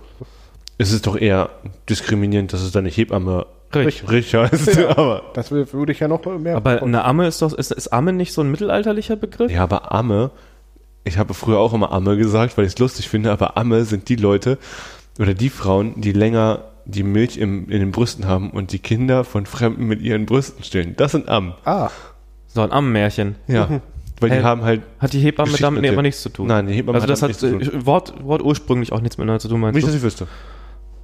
Speaker 1: es ist doch eher diskriminierend, dass es dann nicht Hebamme
Speaker 2: Richtig.
Speaker 1: richtig heißt. Aber,
Speaker 3: Das wür- würde ich ja noch mehr.
Speaker 2: Aber eine Amme ist doch, ist, ist Amme nicht so ein mittelalterlicher Begriff?
Speaker 1: ja, aber Amme, ich habe früher auch immer Amme gesagt, weil ich es lustig finde, aber Amme sind die Leute oder die Frauen, die länger die Milch im, in den Brüsten haben und die Kinder von Fremden mit ihren Brüsten stillen. Das sind Ammen.
Speaker 3: ah,
Speaker 2: So ein Ammenmärchen.
Speaker 1: Ja. Weil
Speaker 2: Hä?
Speaker 1: die haben halt.
Speaker 2: Hat die Hebamme
Speaker 1: Geschichten
Speaker 2: damit nee,
Speaker 1: erzählt.
Speaker 2: aber nichts zu tun?
Speaker 1: Nein, die Hebamme
Speaker 2: Also das
Speaker 1: damit
Speaker 2: hat
Speaker 1: nichts zu tun.
Speaker 2: äh, Wort, Wort ursprünglich auch nichts miteinander zu tun, meinst
Speaker 1: Nicht, dass
Speaker 2: du?
Speaker 1: ich wüsste.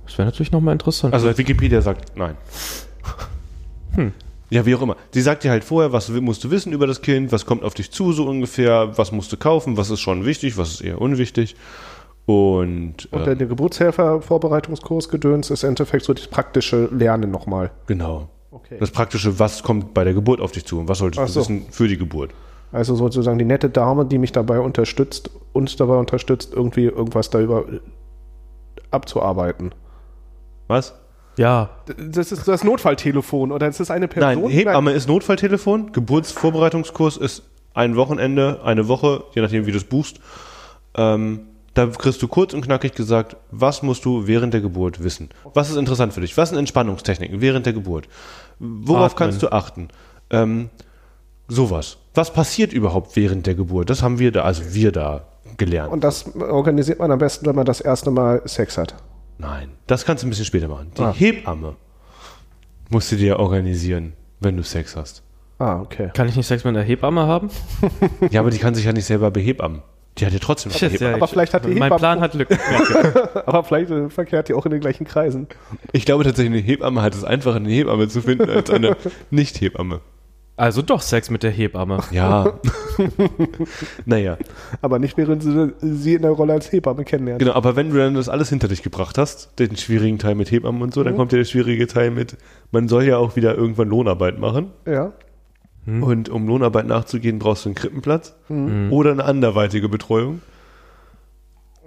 Speaker 2: Das wäre natürlich nochmal interessant.
Speaker 1: Also Wikipedia sagt nein.
Speaker 2: Hm.
Speaker 1: Ja, wie auch immer. Sie sagt dir halt vorher, was wi- musst du wissen über das Kind, was kommt auf dich zu so ungefähr, was musst du kaufen, was ist schon wichtig, was ist eher unwichtig. Und,
Speaker 3: und
Speaker 1: äh,
Speaker 3: der, der Geburtshelfer-Vorbereitungskurs gedöns ist im Endeffekt so das praktische Lernen nochmal.
Speaker 1: genau.
Speaker 3: Okay.
Speaker 1: Das Praktische, was kommt bei der Geburt auf dich zu und was solltest
Speaker 3: Ach
Speaker 1: du
Speaker 3: so.
Speaker 1: wissen für die Geburt.
Speaker 3: Also sozusagen die nette Dame, die mich dabei unterstützt, uns dabei unterstützt, irgendwie irgendwas darüber äh, abzuarbeiten.
Speaker 1: Was?
Speaker 2: ja,
Speaker 3: Das ist das Notfalltelefon oder es ist eine
Speaker 1: Nein,
Speaker 3: Person.
Speaker 1: Hebamme ist Notfalltelefon, Geburtsvorbereitungskurs ist ein Wochenende, eine Woche, je nachdem wie du es buchst. Ähm, da kriegst du kurz und knackig gesagt, was musst du während der Geburt wissen? Was ist interessant für dich? Was sind Entspannungstechniken während der Geburt? Worauf
Speaker 2: Atmen.
Speaker 1: kannst du achten? Ähm, sowas. Was passiert überhaupt während der Geburt? Das haben wir da, also wir da gelernt.
Speaker 3: Und das organisiert man am besten, wenn man das erste Mal Sex hat.
Speaker 1: Nein, das kannst du ein bisschen später machen. Die
Speaker 3: Ah.
Speaker 1: Hebamme musst du dir organisieren, wenn du Sex hast.
Speaker 3: Ah, okay.
Speaker 2: kann ich nicht Sex mit einer Hebamme haben?
Speaker 1: Ja, aber die kann sich ja nicht selber behebammen. Die hat ja trotzdem noch
Speaker 2: Shit, ja,
Speaker 1: Hebamme.
Speaker 3: aber vielleicht hat die
Speaker 2: Mein
Speaker 3: Hebamme-
Speaker 2: Plan hat Lücken.
Speaker 3: Aber vielleicht äh, verkehrt ihr auch in den gleichen Kreisen.
Speaker 1: Ich glaube tatsächlich, eine Hebamme hat es einfacher, eine Hebamme zu finden, als eine Nicht-Hebamme.
Speaker 2: Also doch Sex mit der Hebamme.
Speaker 1: Ja. naja,
Speaker 3: Aber nicht während sie, sie in der Rolle als Hebamme kennenlernt.
Speaker 1: genau. Aber wenn du dann das alles hinter dich gebracht hast, den schwierigen Teil mit Hebammen und so, dann kommt ja der schwierige Teil mit, man soll ja auch wieder irgendwann Lohnarbeit machen.
Speaker 3: Ja.
Speaker 1: Und um Lohnarbeit nachzugehen, brauchst du einen Krippenplatz oder eine anderweitige Betreuung.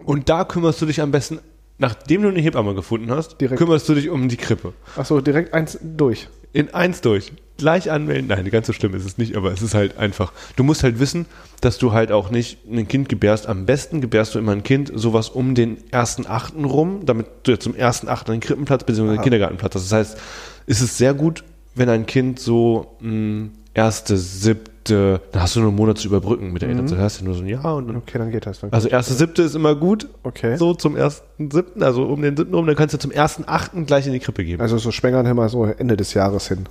Speaker 1: Und da kümmerst du dich am besten, nachdem du eine Hebamme gefunden hast,
Speaker 3: Direkt.
Speaker 1: kümmerst du dich um die Krippe.
Speaker 3: Achso, direkt eins durch.
Speaker 1: In eins durch. Gleich anmelden. Nein, ganz so schlimm ist es nicht, aber es ist halt einfach. Du musst halt wissen, dass du halt auch nicht ein Kind gebärst. Am besten gebärst du immer ein Kind sowas um den 1.8. rum, damit du zum 1.8. einen Krippenplatz bzw. einen Kindergartenplatz hast. Das heißt, es ist sehr gut, wenn ein Kind so mh, hm, erste, siebte, jetzt, äh, dann hast du nur einen Monat zu überbrücken mit der Elternzeit. Hast du nur so ein Jahr und dann.
Speaker 3: Okay, dann geht das. Dann
Speaker 1: Also 1.7. ist immer gut.
Speaker 3: Okay.
Speaker 1: So zum 1.7., also um den 7. rum, dann kannst du zum 1.8. gleich in die Krippe geben.
Speaker 3: also so schwängern immer so Ende des Jahres hin.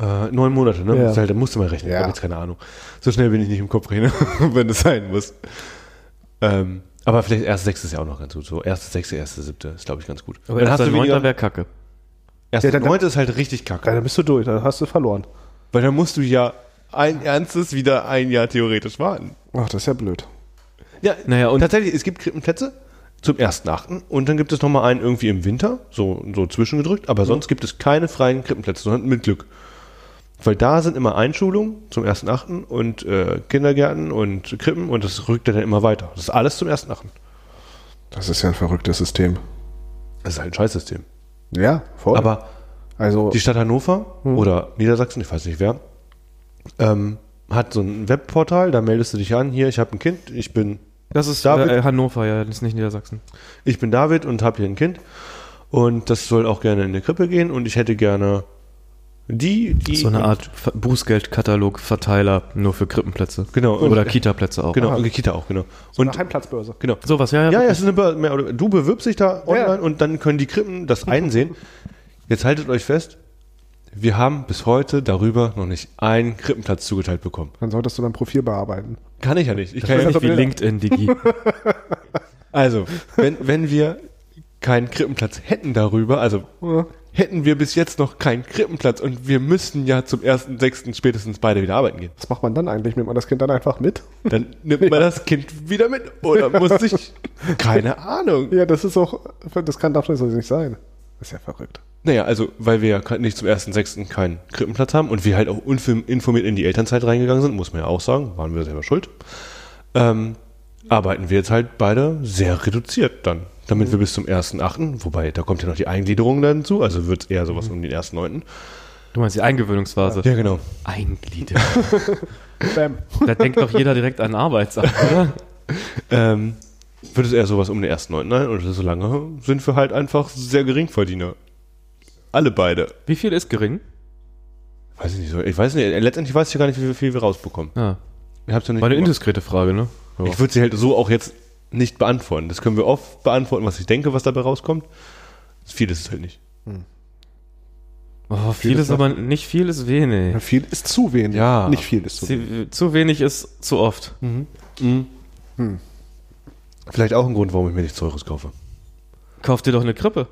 Speaker 1: Äh, neun Monate, ne?
Speaker 3: Ja.
Speaker 1: Das ist Halt, da musst du mal rechnen. Ich
Speaker 3: Ja.
Speaker 1: habe jetzt keine Ahnung. So schnell bin ich nicht im Kopf rechnen, wenn es sein muss. Ähm, aber vielleicht erste sechste ist ja auch noch ganz gut. So erste sechste, erste siebte ist glaube ich ganz gut.
Speaker 2: Aber erst ein Neunter wäre kacke.
Speaker 1: erste
Speaker 3: Ja, dann-
Speaker 1: neunte ist halt richtig
Speaker 3: Ja,
Speaker 1: kacke,
Speaker 3: dann bist du durch, dann hast du verloren.
Speaker 1: weil dann musst du ja ein ernstes wieder ein Jahr theoretisch warten.
Speaker 3: Ach, das ist ja blöd.
Speaker 1: Ja,
Speaker 2: Naja, und-
Speaker 1: tatsächlich, es gibt Krippenplätze zum 1.8. und dann gibt es nochmal einen irgendwie im Winter, so, so zwischengedrückt,
Speaker 2: Mhm.
Speaker 1: aber sonst gibt es keine freien Krippenplätze, sondern mit Glück. Weil da sind immer Einschulungen zum 1.8. und äh, Kindergärten und Krippen und das rückt dann immer weiter. Das ist alles zum 1.8.
Speaker 3: Das ist ja ein verrücktes System.
Speaker 1: Das ist halt ein Scheißsystem.
Speaker 3: Ja, voll.
Speaker 1: Aber
Speaker 3: also,
Speaker 1: die Stadt Hannover
Speaker 2: Mhm.
Speaker 1: oder Niedersachsen, ich weiß nicht wer, ähm, hat so ein Webportal, da meldest du dich an, hier, ich habe ein Kind, ich bin
Speaker 2: Das ist
Speaker 1: David-
Speaker 2: äh, Hannover, ja, das ist nicht Niedersachsen.
Speaker 1: ich bin David und habe hier ein Kind und das soll auch gerne in eine Krippe gehen und ich hätte gerne die, die
Speaker 2: So eine Art Ver- Bußgeldkatalog-Verteiler nur für Krippenplätze.
Speaker 1: Genau.
Speaker 2: Oder Kita-Plätze auch.
Speaker 1: genau und Kita auch genau und
Speaker 3: eine Heimplatzbörse.
Speaker 1: genau
Speaker 2: Sowas, ja,
Speaker 1: ja ja es ist eine Börse, mehr oder- du bewirbst dich da online und dann können die Krippen das einsehen jetzt haltet euch fest wir haben bis heute darüber noch nicht einen Krippenplatz zugeteilt bekommen
Speaker 3: Dann solltest du dein Profil bearbeiten.
Speaker 1: kann ich ja nicht ich kann
Speaker 2: Das
Speaker 1: ja
Speaker 2: ist
Speaker 1: nicht
Speaker 2: nicht wie LinkedIn, Digi.
Speaker 1: Also, wenn, wenn wir keinen Krippenplatz hätten darüber, also hätten wir bis jetzt noch keinen Krippenplatz und wir müssten ja zum 1.6. spätestens beide wieder arbeiten gehen.
Speaker 3: Was macht man dann eigentlich? Nimmt man das Kind dann einfach mit?
Speaker 1: Dann nimmt man das Kind wieder mit oder muss sich. Keine Ahnung.
Speaker 3: Ja, das ist auch, das kann darf das so nicht sein. Das ist ja verrückt.
Speaker 1: Naja, also, weil wir ja ke- nicht zum 1.6. keinen Krippenplatz haben und wir halt auch uninformiert in die Elternzeit reingegangen sind, muss man ja auch sagen, waren wir selber schuld, ähm, arbeiten wir jetzt halt beide sehr reduziert dann. Damit wir bis zum 1.8., wobei da kommt ja noch die Eingliederung dann zu, also wird es eher sowas um den 1.9.
Speaker 2: Du meinst die Eingewöhnungsphase.
Speaker 1: Ja, genau.
Speaker 2: Eingliederung.
Speaker 3: Bam.
Speaker 2: Da denkt doch jeder direkt an Arbeitsamt, oder?
Speaker 1: Ähm, wird es eher sowas um den 1.9. sein und solange sind wir halt einfach sehr Geringverdiener. Alle beide.
Speaker 2: Wie viel ist gering?
Speaker 1: Weiß ich nicht so. Ich weiß nicht, letztendlich weiß ich ja gar nicht, wie viel wir rausbekommen.
Speaker 2: Ja.
Speaker 1: Ich hab's ja nicht
Speaker 2: War eine
Speaker 1: gemacht.
Speaker 2: indiskrete Frage, ne?
Speaker 1: Ich würde sie halt so auch jetzt nicht beantworten. Das können wir oft beantworten, was ich denke, was dabei rauskommt. Vieles ist es halt nicht.
Speaker 2: Oh, viel ist aber nicht viel ist wenig.
Speaker 3: Viel ist zu wenig.
Speaker 1: Ja.
Speaker 3: Nicht viel ist zu wenig.
Speaker 2: Zu, zu wenig ist zu oft.
Speaker 1: Vielleicht auch ein Grund, warum ich mir nichts Teures kaufe.
Speaker 2: Kauf dir doch eine Krippe.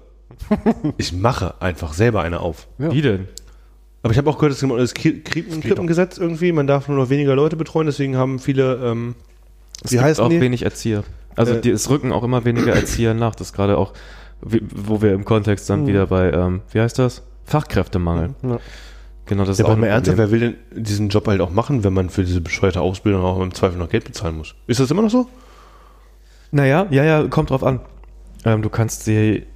Speaker 1: Ich mache einfach selber eine auf.
Speaker 3: Ja.
Speaker 2: Wie denn?
Speaker 1: Aber ich habe auch gehört, es gibt das Kri- Krippen- Krippengesetz irgendwie. Man darf nur noch weniger Leute betreuen, deswegen haben viele. Ähm,
Speaker 2: Es
Speaker 1: Wie
Speaker 2: gibt
Speaker 1: heißen
Speaker 2: auch
Speaker 1: die?
Speaker 2: wenig Erzieher. Also
Speaker 1: Äh.
Speaker 2: die, es rücken auch immer weniger Erzieher nach. Das gerade auch, wie, wo wir im Kontext dann wieder bei, ähm, wie heißt das? Fachkräftemangel.
Speaker 3: Ja.
Speaker 2: Genau, das ist
Speaker 1: Ja,
Speaker 2: auch
Speaker 1: aber halt mal
Speaker 2: ein
Speaker 1: ernsthaft,
Speaker 2: Problem.
Speaker 1: wer will denn diesen Job halt auch machen, wenn man für diese bescheuerte Ausbildung auch im Zweifel noch Geld bezahlen muss? Ist das immer noch so?
Speaker 2: Naja, ja, ja, kommt drauf an. Ähm, du kannst sie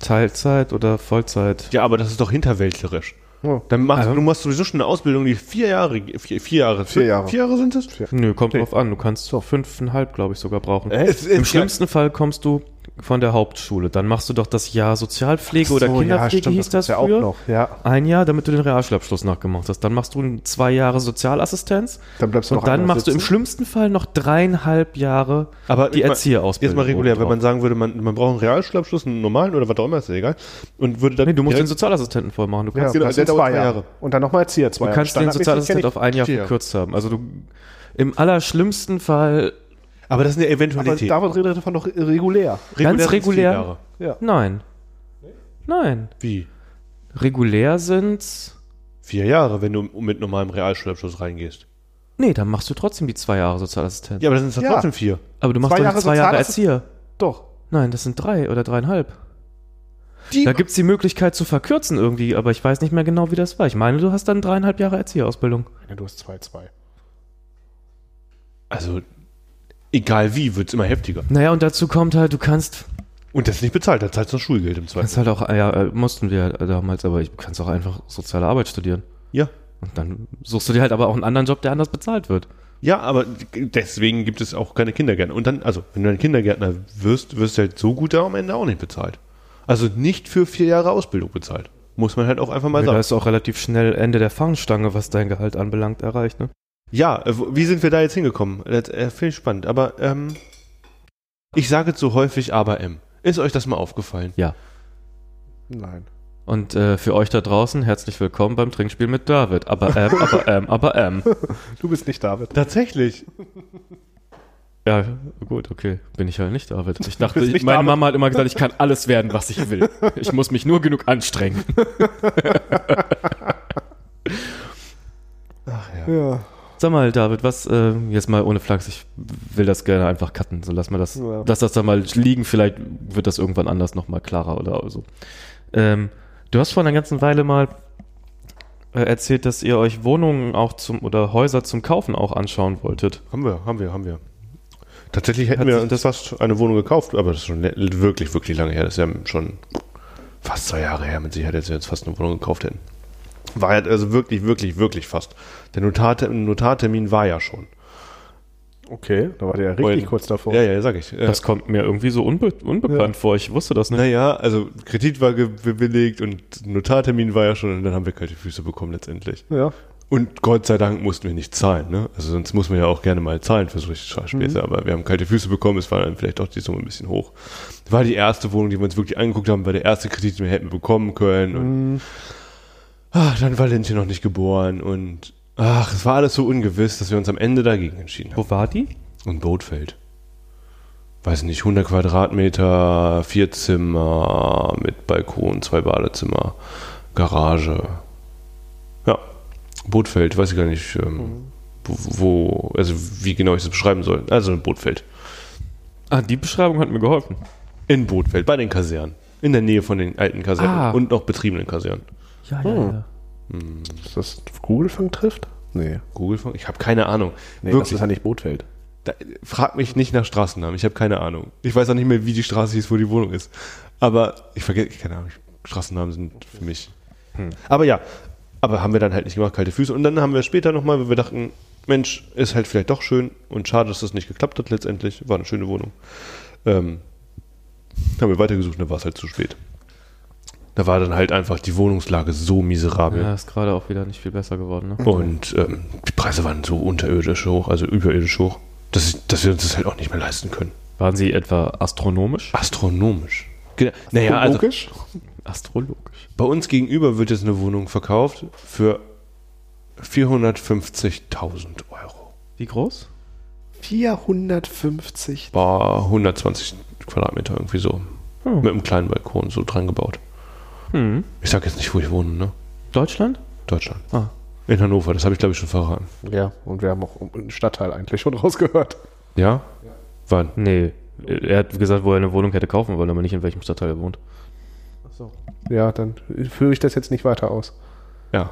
Speaker 2: Teilzeit oder Vollzeit.
Speaker 1: Ja, aber das ist doch hinterwäldlerisch.
Speaker 3: Ja.
Speaker 1: Dann machst, du machst sowieso schon eine Ausbildung, die vier Jahre, vier, vier Jahre,
Speaker 3: Vier Jahre.
Speaker 1: vier Jahre sind es?
Speaker 2: Nö, kommt drauf an. Du kannst auch fünfeinhalb, glaube ich, sogar brauchen.
Speaker 1: Es ist-
Speaker 2: Im schlimmsten Fall kommst du von der Hauptschule. Dann machst du doch das Jahr Sozialpflege oder Kinderpflege hieß das,
Speaker 3: gibt's ja auch
Speaker 2: früher.
Speaker 3: noch. Ja.
Speaker 2: Ein Jahr, damit du den Realschulabschluss nachgemacht hast. Dann machst du ein- zwei Jahre Sozialassistenz.
Speaker 3: Dann bleibst du
Speaker 2: und
Speaker 3: noch
Speaker 2: dann
Speaker 3: einmal
Speaker 2: machst du im
Speaker 3: sitzen.
Speaker 2: schlimmsten Fall noch dreieinhalb Jahre
Speaker 1: Aber
Speaker 2: die
Speaker 1: jetzt mal-
Speaker 2: Erzieherausbildung.
Speaker 1: Jetzt mal regulär, wenn
Speaker 2: obendrauf.
Speaker 1: man sagen würde, man, man braucht einen Realschulabschluss, einen normalen oder was auch immer, ist ja egal. Und würde dann.
Speaker 2: Nee, du musst den
Speaker 1: direkt,
Speaker 2: Sozialassistenten voll machen. Du
Speaker 3: Ja,
Speaker 2: kannst,
Speaker 1: Genau,
Speaker 3: das
Speaker 1: der
Speaker 3: sind
Speaker 1: dauert
Speaker 3: zwei
Speaker 1: zwei
Speaker 3: Jahre.
Speaker 1: Jahre.
Speaker 3: Und dann nochmal Erzieher zwei
Speaker 2: du kannst den Sozialassistenten auf ein Jahr
Speaker 1: Vier.
Speaker 2: verkürzt haben. Also du im allerschlimmsten Fall
Speaker 1: aber das ist eine
Speaker 3: Aber
Speaker 1: Eventualität.
Speaker 3: David redet davon noch regulär.
Speaker 2: ganz
Speaker 1: sind es vier
Speaker 2: regulär.
Speaker 1: Jahre.
Speaker 3: Ja.
Speaker 2: Nein. Nein.
Speaker 1: Wie?
Speaker 2: Regulär sind.
Speaker 1: Vier Jahre, wenn du mit normalem Realschulabschluss reingehst.
Speaker 2: Nee, dann machst du trotzdem die zwei Jahre Sozialassistenz.
Speaker 1: Ja, aber das sind halt
Speaker 3: Ja.
Speaker 1: trotzdem vier.
Speaker 2: Aber du machst
Speaker 3: Zwei
Speaker 2: doch
Speaker 3: Jahre
Speaker 2: nicht zwei Jahre
Speaker 3: Sozialassist-
Speaker 2: Erzieher.
Speaker 3: Doch.
Speaker 2: Nein, das sind drei oder dreieinhalb. da gibt es die Möglichkeit zu verkürzen irgendwie, aber ich weiß nicht mehr genau, wie das war. Ich meine, du hast dann dreieinhalb Jahre Erzieherausbildung.
Speaker 3: Ja, du hast zwei, zwei.
Speaker 1: Also, egal wie, wird es immer heftiger.
Speaker 2: Naja, und dazu kommt halt, du kannst,
Speaker 1: Und das ist nicht bezahlt, da zahlst du noch Schulgeld im Zweifel.
Speaker 2: kannst halt auch, ja, äh, mussten wir damals, aber ich kannst auch einfach soziale Arbeit studieren.
Speaker 1: Ja.
Speaker 2: Und dann suchst du dir halt aber auch einen anderen Job, der anders bezahlt wird.
Speaker 1: Ja, aber deswegen gibt es auch keine Kindergärtner. Und dann, also, wenn du ein Kindergärtner wirst, wirst du halt so gut da am Ende auch nicht bezahlt. Also nicht für vier Jahre Ausbildung bezahlt. Muss man halt auch einfach mal
Speaker 2: da
Speaker 1: sagen.
Speaker 2: ist auch relativ schnell Ende der Fahnenstange, was dein Gehalt anbelangt, erreicht, ne?
Speaker 1: Ja, äh, wo- wie sind wir da jetzt hingekommen? Das äh, finde ich spannend. Aber ähm, ich sage zu häufig aber M. Ist euch das mal aufgefallen?
Speaker 3: Nein.
Speaker 2: Und äh, für euch da draußen herzlich willkommen beim Trinkspiel mit David. Aber ähm, aber ähm, aber ähm.
Speaker 3: Du bist nicht David.
Speaker 1: Tatsächlich.
Speaker 2: Ja, gut, okay. Bin ich halt nicht David. Ich dachte,
Speaker 3: bist nicht
Speaker 2: meine
Speaker 3: David.
Speaker 2: Mama hat immer gesagt, ich kann alles werden, was ich will. Ich muss mich nur genug anstrengen.
Speaker 1: Ach ja.
Speaker 3: Ja.
Speaker 2: Sag mal, David, was, äh, jetzt mal ohne Flachs, ich will das gerne einfach cutten. So lass mal das,
Speaker 3: Ja.
Speaker 2: lass das da mal liegen. Vielleicht wird das irgendwann anders nochmal klarer oder so. Ähm, du hast vor einer ganzen Weile mal äh, erzählt, dass ihr euch Wohnungen auch zum oder Häuser zum Kaufen auch anschauen wolltet.
Speaker 1: Haben wir, haben wir, haben wir. Tatsächlich hätten
Speaker 2: Hat
Speaker 1: wir
Speaker 2: sich das-
Speaker 1: uns fast eine Wohnung gekauft, aber das ist schon le- wirklich, wirklich lange her. Das ist ja schon fast zwei Jahre her, mit Sicherheit, dass wir jetzt fast eine Wohnung gekauft hätten. War ja also wirklich, wirklich, wirklich fast. Der Notar Notartermin war ja schon.
Speaker 3: Okay, da war der ja richtig
Speaker 1: Wollen.
Speaker 3: kurz davor.
Speaker 1: Ja, ja, sag ich. Äh,
Speaker 2: Das kommt mir irgendwie so unbe unbekannt vor. Ich wusste das nicht.
Speaker 1: naja, also Kredit war bewilligt und Notartermin war ja schon und dann haben wir kalte Füße bekommen letztendlich.
Speaker 3: Ja.
Speaker 1: Und Gott sei Dank mussten wir nicht zahlen, ne? Also sonst muss man ja auch gerne mal zahlen für solche Scharspäße, aber wir haben kalte Füße bekommen, es war dann vielleicht auch die Summe ein bisschen hoch. War die erste Wohnung, die wir uns wirklich angeguckt haben, war der erste Kredit, den wir hätten bekommen können und ah, dann war Lindchen noch nicht geboren und ach, es war alles so ungewiss, dass wir uns am Ende dagegen entschieden haben.
Speaker 2: Wo war die?
Speaker 1: Und Bootfeld. Weiß nicht, 100 Quadratmeter, vier Zimmer mit Balkon, zwei Badezimmer, Garage. Ja, Bootfeld, weiß ich gar nicht, ähm,
Speaker 3: Mhm.
Speaker 1: wo, wo- also wie genau ich das beschreiben soll. Also in Bootfeld.
Speaker 2: Ah, die Beschreibung hat mir geholfen.
Speaker 1: In Bootfeld, bei den Kasernen. In der Nähe von den alten Kasernen
Speaker 2: Ah.
Speaker 1: und noch betriebenen Kasernen.
Speaker 2: Ja,
Speaker 3: ja, ja. Ist das Kugelfang trifft? Nee.
Speaker 1: Google, ich habe keine Ahnung.
Speaker 3: Nee, das
Speaker 1: Wirklich,
Speaker 3: ist ja nicht Bootfeld.
Speaker 1: da, frag mich nicht nach Straßennamen, ich habe keine Ahnung. Ich weiß auch nicht mehr, wie die Straße hieß, wo die Wohnung ist. Aber ich vergesse, keine Ahnung, Straßennamen sind für mich. hm. Aber ja, aber haben wir dann halt nicht gemacht, kalte Füße. Und dann haben wir später nochmal, weil wir dachten, Mensch, ist halt vielleicht doch schön und schade, dass das nicht geklappt hat letztendlich. War eine schöne Wohnung. Ähm, haben wir weitergesucht und dann war es halt zu spät. Da war dann halt einfach die Wohnungslage so miserabel.
Speaker 2: Ja, ist gerade auch wieder nicht viel besser geworden. Ne?
Speaker 1: Und ähm, die Preise waren so unterirdisch hoch, also überirdisch hoch, dass, ich, dass wir uns das halt auch nicht mehr leisten können.
Speaker 2: Waren sie etwa astronomisch?
Speaker 1: Astronomisch. Genau. Naja, also
Speaker 3: Logisch.
Speaker 2: Astrologisch.
Speaker 1: bei uns gegenüber wird jetzt eine Wohnung verkauft für 450.000 Euro.
Speaker 2: Wie groß?
Speaker 3: 450.
Speaker 1: War 120 Quadratmeter irgendwie so.
Speaker 2: Hm.
Speaker 1: Mit einem kleinen Balkon so dran gebaut.
Speaker 2: Hm.
Speaker 1: Ich sag jetzt nicht, wo ich wohne, ne?
Speaker 2: Deutschland?
Speaker 1: Deutschland.
Speaker 2: Ah.
Speaker 1: In Hannover, das habe ich glaube ich schon verraten.
Speaker 3: Ja, und wir haben auch einen Stadtteil eigentlich schon rausgehört.
Speaker 1: Ja? Wann?
Speaker 2: Nee. Er hat gesagt, wo er eine Wohnung hätte kaufen wollen, aber nicht in welchem Stadtteil er wohnt.
Speaker 3: Ja, dann führe ich das jetzt nicht weiter aus.
Speaker 1: Ja.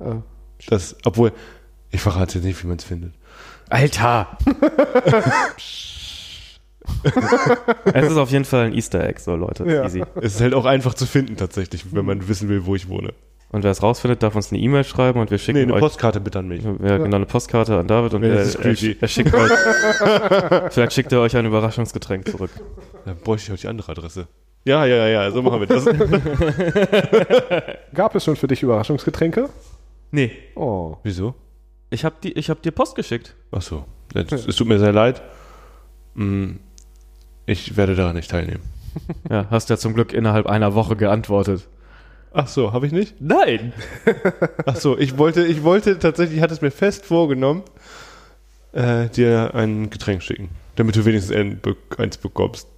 Speaker 3: Äh,
Speaker 2: Ah.
Speaker 1: Das, obwohl, ich verrate jetzt nicht, wie man es findet.
Speaker 2: Alter! es ist auf jeden Fall ein Easter Egg, so Leute.
Speaker 3: Ja.
Speaker 2: Easy.
Speaker 1: Es ist halt auch einfach zu finden tatsächlich, wenn man wissen will, wo ich wohne.
Speaker 2: Und wer es rausfindet, darf uns eine E-Mail schreiben und wir schicken
Speaker 1: Nee, eine
Speaker 2: euch.
Speaker 1: Postkarte bitte an mich.
Speaker 2: ja, genau, eine Postkarte an David und
Speaker 1: Nee,
Speaker 2: er,
Speaker 1: das ist
Speaker 2: er,
Speaker 1: creepy.
Speaker 2: er schickt euch. vielleicht schickt er euch ein Überraschungsgetränk zurück.
Speaker 1: Dann bräuchte ich auch die andere Adresse. Ja, ja, ja, ja, so machen wir das.
Speaker 3: gab es schon für dich Überraschungsgetränke?
Speaker 2: Nee.
Speaker 3: Oh.
Speaker 1: Wieso?
Speaker 2: Ich hab, die, ich hab dir Post geschickt.
Speaker 1: Ach so. Es es tut mir sehr leid. Hm, Ich werde daran nicht teilnehmen.
Speaker 2: Ja, hast ja zum Glück innerhalb einer Woche geantwortet.
Speaker 1: Ach so, habe ich nicht?
Speaker 2: Nein!
Speaker 1: Ach so, ich wollte, ich wollte tatsächlich, ich hatte es mir fest vorgenommen, äh, dir ein Getränk schicken, damit du wenigstens ein, be- eins bekommst.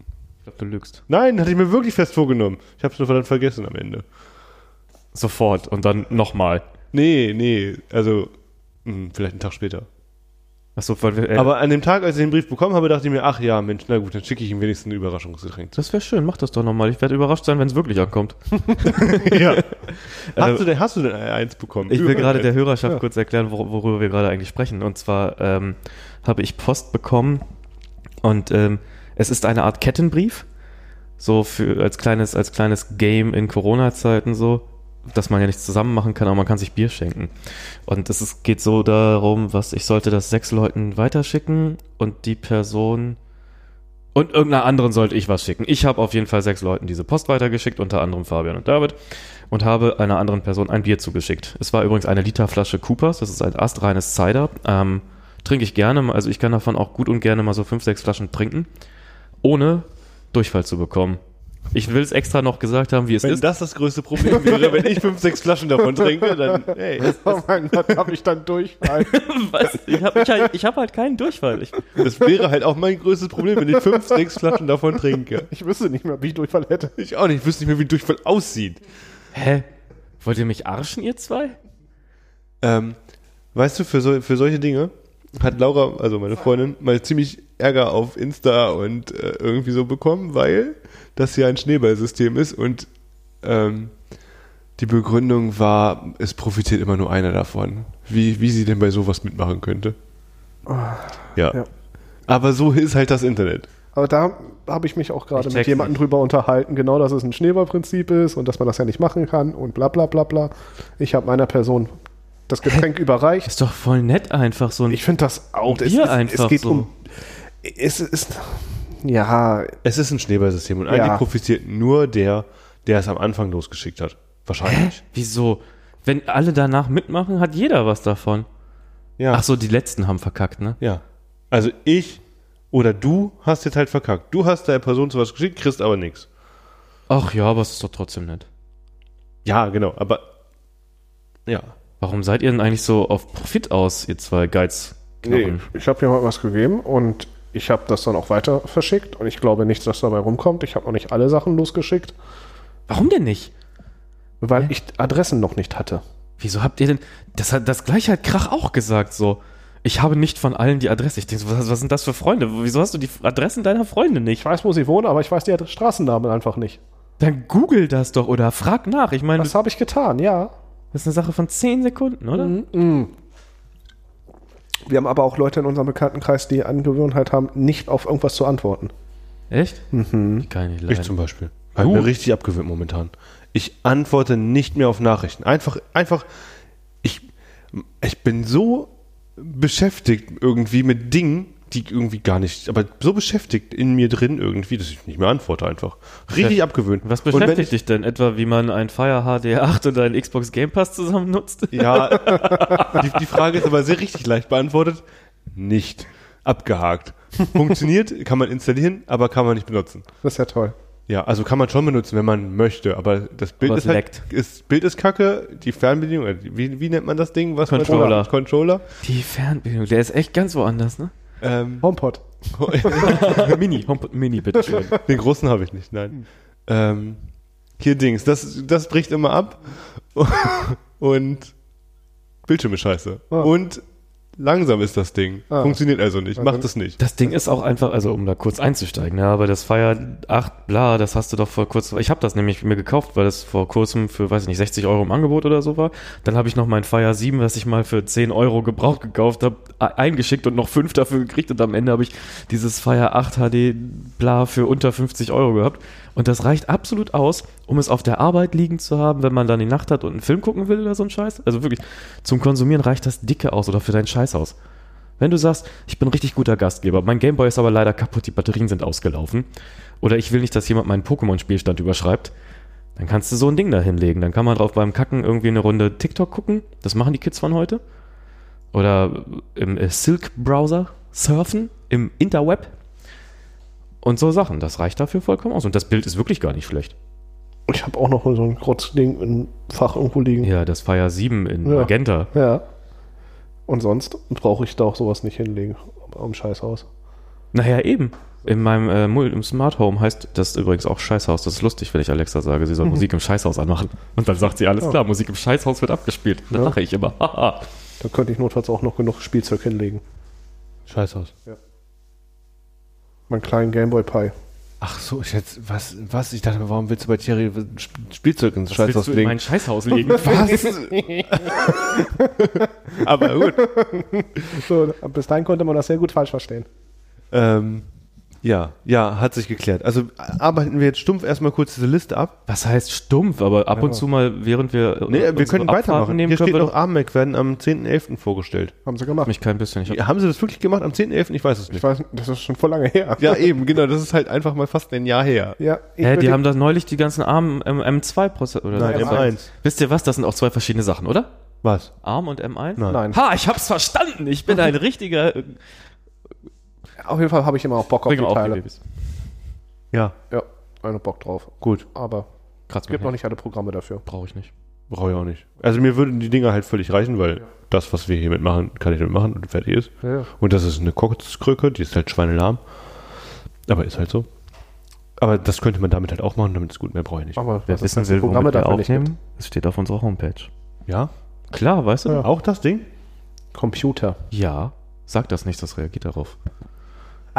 Speaker 2: Ich glaube, du lügst.
Speaker 1: Nein, hatte ich mir wirklich fest vorgenommen. Ich habe es nur verdammt vergessen am Ende.
Speaker 2: Sofort und dann nochmal.
Speaker 1: Nee, nee, also hm, vielleicht einen Tag später.
Speaker 2: Achso, weil wir. Äh,
Speaker 1: Aber an dem Tag, als ich den Brief bekommen habe, dachte ich mir, ach ja, Mensch, na gut, dann schicke ich ihm wenigstens ein Überraschungsgetränk zu.
Speaker 2: das wäre schön, mach das doch nochmal. Ich werde überrascht sein, wenn es wirklich ankommt.
Speaker 1: ja. hast, du denn, hast du denn eins bekommen?
Speaker 2: Ich will
Speaker 1: Überall.
Speaker 2: gerade der Hörerschaft kurz erklären, wor worüber wir gerade eigentlich sprechen. Und zwar ähm, habe ich Post bekommen und ähm, es ist eine Art Kettenbrief. So für als kleines, als kleines Game in Corona-Zeiten so, dass man ja nichts zusammen machen kann, aber man kann sich Bier schenken. Und es ist, geht so darum, was ich sollte das sechs Leuten weiterschicken und die Person Und irgendeiner anderen sollte ich was schicken. Ich habe auf jeden Fall sechs Leuten diese Post weitergeschickt, unter anderem Fabian und David, und habe einer anderen Person ein Bier zugeschickt. Es war übrigens eine Literflasche Coopers, das ist ein astreines Cider. Ähm, trinke ich gerne, mal- also ich kann davon auch gut und gerne mal so fünf, sechs Flaschen trinken, ohne Durchfall zu bekommen. Ich will es extra noch gesagt haben, wie es
Speaker 1: Wenn
Speaker 2: ist.
Speaker 1: das das größte Problem wäre, wenn ich fünf, sechs Flaschen davon trinke, dann, hey,
Speaker 3: Oh mein Gott, habe ich dann Durchfall.
Speaker 2: Was? Ich habe ich halt, ich hab halt keinen Durchfall. Ich,
Speaker 1: das wäre halt auch mein größtes Problem, wenn ich fünf, sechs Flaschen davon trinke.
Speaker 3: Ich wüsste nicht mehr, wie ich Durchfall hätte.
Speaker 1: Ich auch nicht, ich wüsste nicht mehr, wie Durchfall aussieht.
Speaker 2: hä? Wollt ihr mich arschen, ihr zwei?
Speaker 1: Ähm, weißt du, für, so, für solche Dinge hat Laura, also meine Freundin, mal ziemlich Ärger auf Insta und äh, irgendwie so bekommen, weil das ja ein Schneeballsystem ist und ähm, die Begründung war, es profitiert immer nur einer davon. Wie, wie sie denn bei sowas mitmachen könnte. Ja.
Speaker 3: ja.
Speaker 1: Aber so ist halt das Internet.
Speaker 3: Aber da habe ich mich auch gerade
Speaker 2: Ich
Speaker 3: mit
Speaker 2: check's
Speaker 3: jemandem
Speaker 2: nicht.
Speaker 3: drüber unterhalten, genau, dass es ein Schneeballprinzip ist und dass man das ja nicht machen kann und bla bla bla bla. Ich habe meiner Person das Getränk überreicht.
Speaker 2: Ist doch voll nett einfach so ein.
Speaker 3: Ich finde das auch.
Speaker 2: Bier
Speaker 3: ist,
Speaker 2: einfach
Speaker 3: es geht
Speaker 2: so.
Speaker 3: um. Es ist. Ja,
Speaker 1: Es ist ein Schneeballsystem und
Speaker 3: Ja.
Speaker 1: eigentlich profitiert nur der, der es am Anfang losgeschickt hat. Wahrscheinlich.
Speaker 2: Wieso? Wenn alle danach mitmachen, hat jeder was davon.
Speaker 1: Ja.
Speaker 2: Ach so, die letzten haben verkackt, ne?
Speaker 1: Ja. Also ich oder du hast jetzt halt verkackt. Du hast der Person sowas geschickt, kriegst aber nichts.
Speaker 2: Ach ja, aber es ist doch trotzdem nett.
Speaker 1: Ja, genau, aber ja.
Speaker 2: Warum seid ihr denn eigentlich so auf Profit aus, ihr zwei Geiz?
Speaker 3: nee, ich habe jemandem was gegeben und ich habe das dann auch weiter verschickt und ich glaube nichts, dass dabei rumkommt. Ich habe noch nicht alle Sachen losgeschickt,
Speaker 2: Warum denn nicht?
Speaker 3: weil ich Adressen noch nicht hatte.
Speaker 2: Wieso habt ihr denn. Das hat das gleiche hat Krach auch gesagt, so. Ich habe nicht von allen die Adresse. Ich denke, so, was, was sind das für Freunde? Wieso hast du die Adressen deiner Freunde
Speaker 3: Ich
Speaker 2: nicht?
Speaker 3: weiß, wo sie wohnen, aber ich weiß die Adre- Straßennamen einfach nicht.
Speaker 2: Dann google das doch oder frag nach. Ich meine,
Speaker 3: Das habe ich getan, ja.
Speaker 2: das ist eine Sache von 10 Sekunden, oder?
Speaker 3: Wir haben aber auch Leute in unserem Bekanntenkreis, die Angewohnheit haben, nicht auf irgendwas zu antworten.
Speaker 2: Echt? Ich kann nicht
Speaker 1: Ich
Speaker 2: leiden.
Speaker 1: zum Beispiel. Hab ich mir richtig abgewöhnt momentan. Ich antworte nicht mehr auf Nachrichten. Einfach, einfach, ich, ich bin so beschäftigt irgendwie mit Dingen, die irgendwie gar nicht, aber so beschäftigt in mir drin irgendwie, dass ich nicht mehr antworte einfach. Richtig
Speaker 2: Beschäft-
Speaker 1: abgewöhnt.
Speaker 2: Was
Speaker 1: Und wenn
Speaker 2: beschäftigt
Speaker 1: ich-
Speaker 2: dich denn? Etwa, wie man ein Fire HD8 und einen Xbox Game Pass zusammen nutzt?
Speaker 1: Ja, die, die Frage ist aber sehr richtig leicht beantwortet. Nicht. Abgehakt. Funktioniert, kann man installieren, aber kann man nicht benutzen.
Speaker 3: Das ist ja toll.
Speaker 1: Ja, also kann man schon benutzen, wenn man möchte, aber das Bild
Speaker 2: Aber es
Speaker 1: ist halt,
Speaker 2: leckt.
Speaker 1: ist, Bild ist kacke, die Fernbedienung, äh, wie, wie nennt man das Ding? Was man-
Speaker 2: Controller.
Speaker 1: Controller.
Speaker 2: Die Fernbedienung, der ist echt ganz woanders, ne?
Speaker 1: Ähm,
Speaker 3: HomePod.
Speaker 2: Mini. HomePod Mini, bitte schön.
Speaker 1: den großen habe ich nicht, nein. Ähm, hier Dings, das, das bricht immer ab und Bildschirm ist scheiße.
Speaker 3: Ah.
Speaker 1: Und langsam ist das Ding.
Speaker 3: Ah.
Speaker 1: Funktioniert also nicht,
Speaker 3: Also-
Speaker 1: macht es nicht.
Speaker 2: Das Ding ist auch einfach, also um da kurz einzusteigen, ja, aber das Fire 8 bla, das hast du doch vor kurzem, ich habe das nämlich mir gekauft, weil das vor kurzem für, weiß ich nicht, 60 Euro im Angebot oder so war. Dann habe ich noch mein Fire 7, was ich mal für 10 Euro gebraucht gekauft habe, eingeschickt und noch 5 dafür gekriegt und am Ende habe ich dieses Fire 8 HD bla für unter 50 Euro gehabt. Und das reicht absolut aus, um es auf der Arbeit liegen zu haben, wenn man dann die Nacht hat und einen Film gucken will oder so ein Scheiß. Also wirklich, zum Konsumieren reicht das dicke aus oder für dein Scheiß aus. Wenn du sagst, ich bin ein richtig guter Gastgeber, mein Gameboy ist aber leider kaputt, die Batterien sind ausgelaufen, oder ich will nicht, dass jemand meinen Pokémon-Spielstand überschreibt, dann kannst du so ein Ding da hinlegen. Dann kann man drauf beim Kacken irgendwie eine Runde TikTok gucken. Das machen die Kids von heute. Oder im äh, Silk-Browser surfen, im Interweb. Und so Sachen. Das reicht dafür vollkommen aus. Und das Bild ist wirklich gar nicht schlecht.
Speaker 3: Ich habe auch noch so ein Krotzding im Fach irgendwo liegen.
Speaker 2: Ja, das Fire 7 in
Speaker 3: Ja.
Speaker 2: Magenta.
Speaker 3: Ja. Und sonst brauche ich da auch sowas nicht hinlegen um am Scheißhaus.
Speaker 2: Naja, eben. In meinem äh, Mul- im Smart Home heißt das übrigens auch Scheißhaus. Das ist lustig, wenn ich Alexa sage, sie soll
Speaker 1: Mhm.
Speaker 2: Musik im Scheißhaus anmachen. Und dann sagt sie, alles
Speaker 1: Oh.
Speaker 2: klar, Musik im Scheißhaus wird abgespielt. Dann lache ich immer. haha.
Speaker 3: Da könnte ich notfalls auch noch genug Spielzeug hinlegen.
Speaker 1: Scheiß aus.
Speaker 3: Meinen kleinen Gameboy Pi.
Speaker 1: Ach so, ich jetzt, was, was? Ich dachte, mir, warum willst du bei Thierry Sp- Spielzeug ins
Speaker 2: Was willst
Speaker 1: Scheißhaus
Speaker 2: du in mein
Speaker 1: legen?
Speaker 2: Scheißhaus legen?
Speaker 1: Aber gut.
Speaker 3: So, bis dahin konnte man das sehr gut falsch verstehen.
Speaker 1: Ähm, Ja, ja, hat sich geklärt. Also arbeiten wir jetzt stumpf erstmal kurz diese Liste ab.
Speaker 2: Was heißt stumpf? Aber ab und zu mal, während wir. äh,
Speaker 1: Nee, wir können weitermachen.
Speaker 2: Nehmen,
Speaker 1: Hier
Speaker 2: können
Speaker 1: steht
Speaker 2: wir
Speaker 1: noch,
Speaker 2: doch.
Speaker 1: Armek werden am 10.11. vorgestellt.
Speaker 3: Haben sie gemacht.
Speaker 2: Mich kein bisschen. Ich hab,
Speaker 1: Haben sie das wirklich gemacht am 10.11.? Ich weiß es
Speaker 3: Ich
Speaker 1: nicht.
Speaker 3: weiß, das ist schon vor lange her.
Speaker 1: Ja, eben, genau. Das ist halt einfach mal fast ein Jahr her.
Speaker 3: ja ich
Speaker 2: hä, die
Speaker 3: würde-
Speaker 2: haben da neulich die ganzen armen M M2-Prozesse. Oder
Speaker 1: Nein,
Speaker 2: M1.
Speaker 1: M1.
Speaker 2: Wisst ihr was? Das sind auch zwei verschiedene Sachen, oder?
Speaker 1: Was?
Speaker 2: Arm und M1?
Speaker 1: Nein.
Speaker 3: Nein.
Speaker 2: Ha, ich hab's verstanden. Ich bin ein richtiger äh,
Speaker 3: Auf jeden Fall habe ich immer auch Bock auf die
Speaker 2: Bringer auf die
Speaker 3: Teile.
Speaker 2: Babys.
Speaker 1: Ja,
Speaker 3: Ja, immer Bock drauf.
Speaker 1: gut.
Speaker 3: Aber
Speaker 2: Kratzt
Speaker 3: gibt
Speaker 2: mich
Speaker 3: noch
Speaker 2: nicht.
Speaker 3: nicht alle Programme dafür.
Speaker 2: Brauche ich nicht.
Speaker 1: Brauche ich auch nicht. Also mir würden die Dinger halt völlig reichen, weil das, was wir hiermit machen, kann ich damit machen und fertig ist.
Speaker 3: Ja.
Speaker 1: Und das ist eine Kotzkrücke, die ist halt schweinelahm. Aber ist halt so. Aber das könnte man damit halt auch machen, damit ist gut, mehr brauche ich nicht.
Speaker 3: Aber
Speaker 2: Wer
Speaker 3: was es
Speaker 2: wissen
Speaker 3: für
Speaker 2: will,
Speaker 3: Programme
Speaker 2: womit wir
Speaker 3: dafür nicht gibt.
Speaker 2: aufnehmen, es steht auf unserer Homepage.
Speaker 1: Ja?
Speaker 2: Klar, weißt du?
Speaker 1: Auch das Ding?
Speaker 3: Computer.
Speaker 2: Ja. Sag das nicht, das reagiert darauf.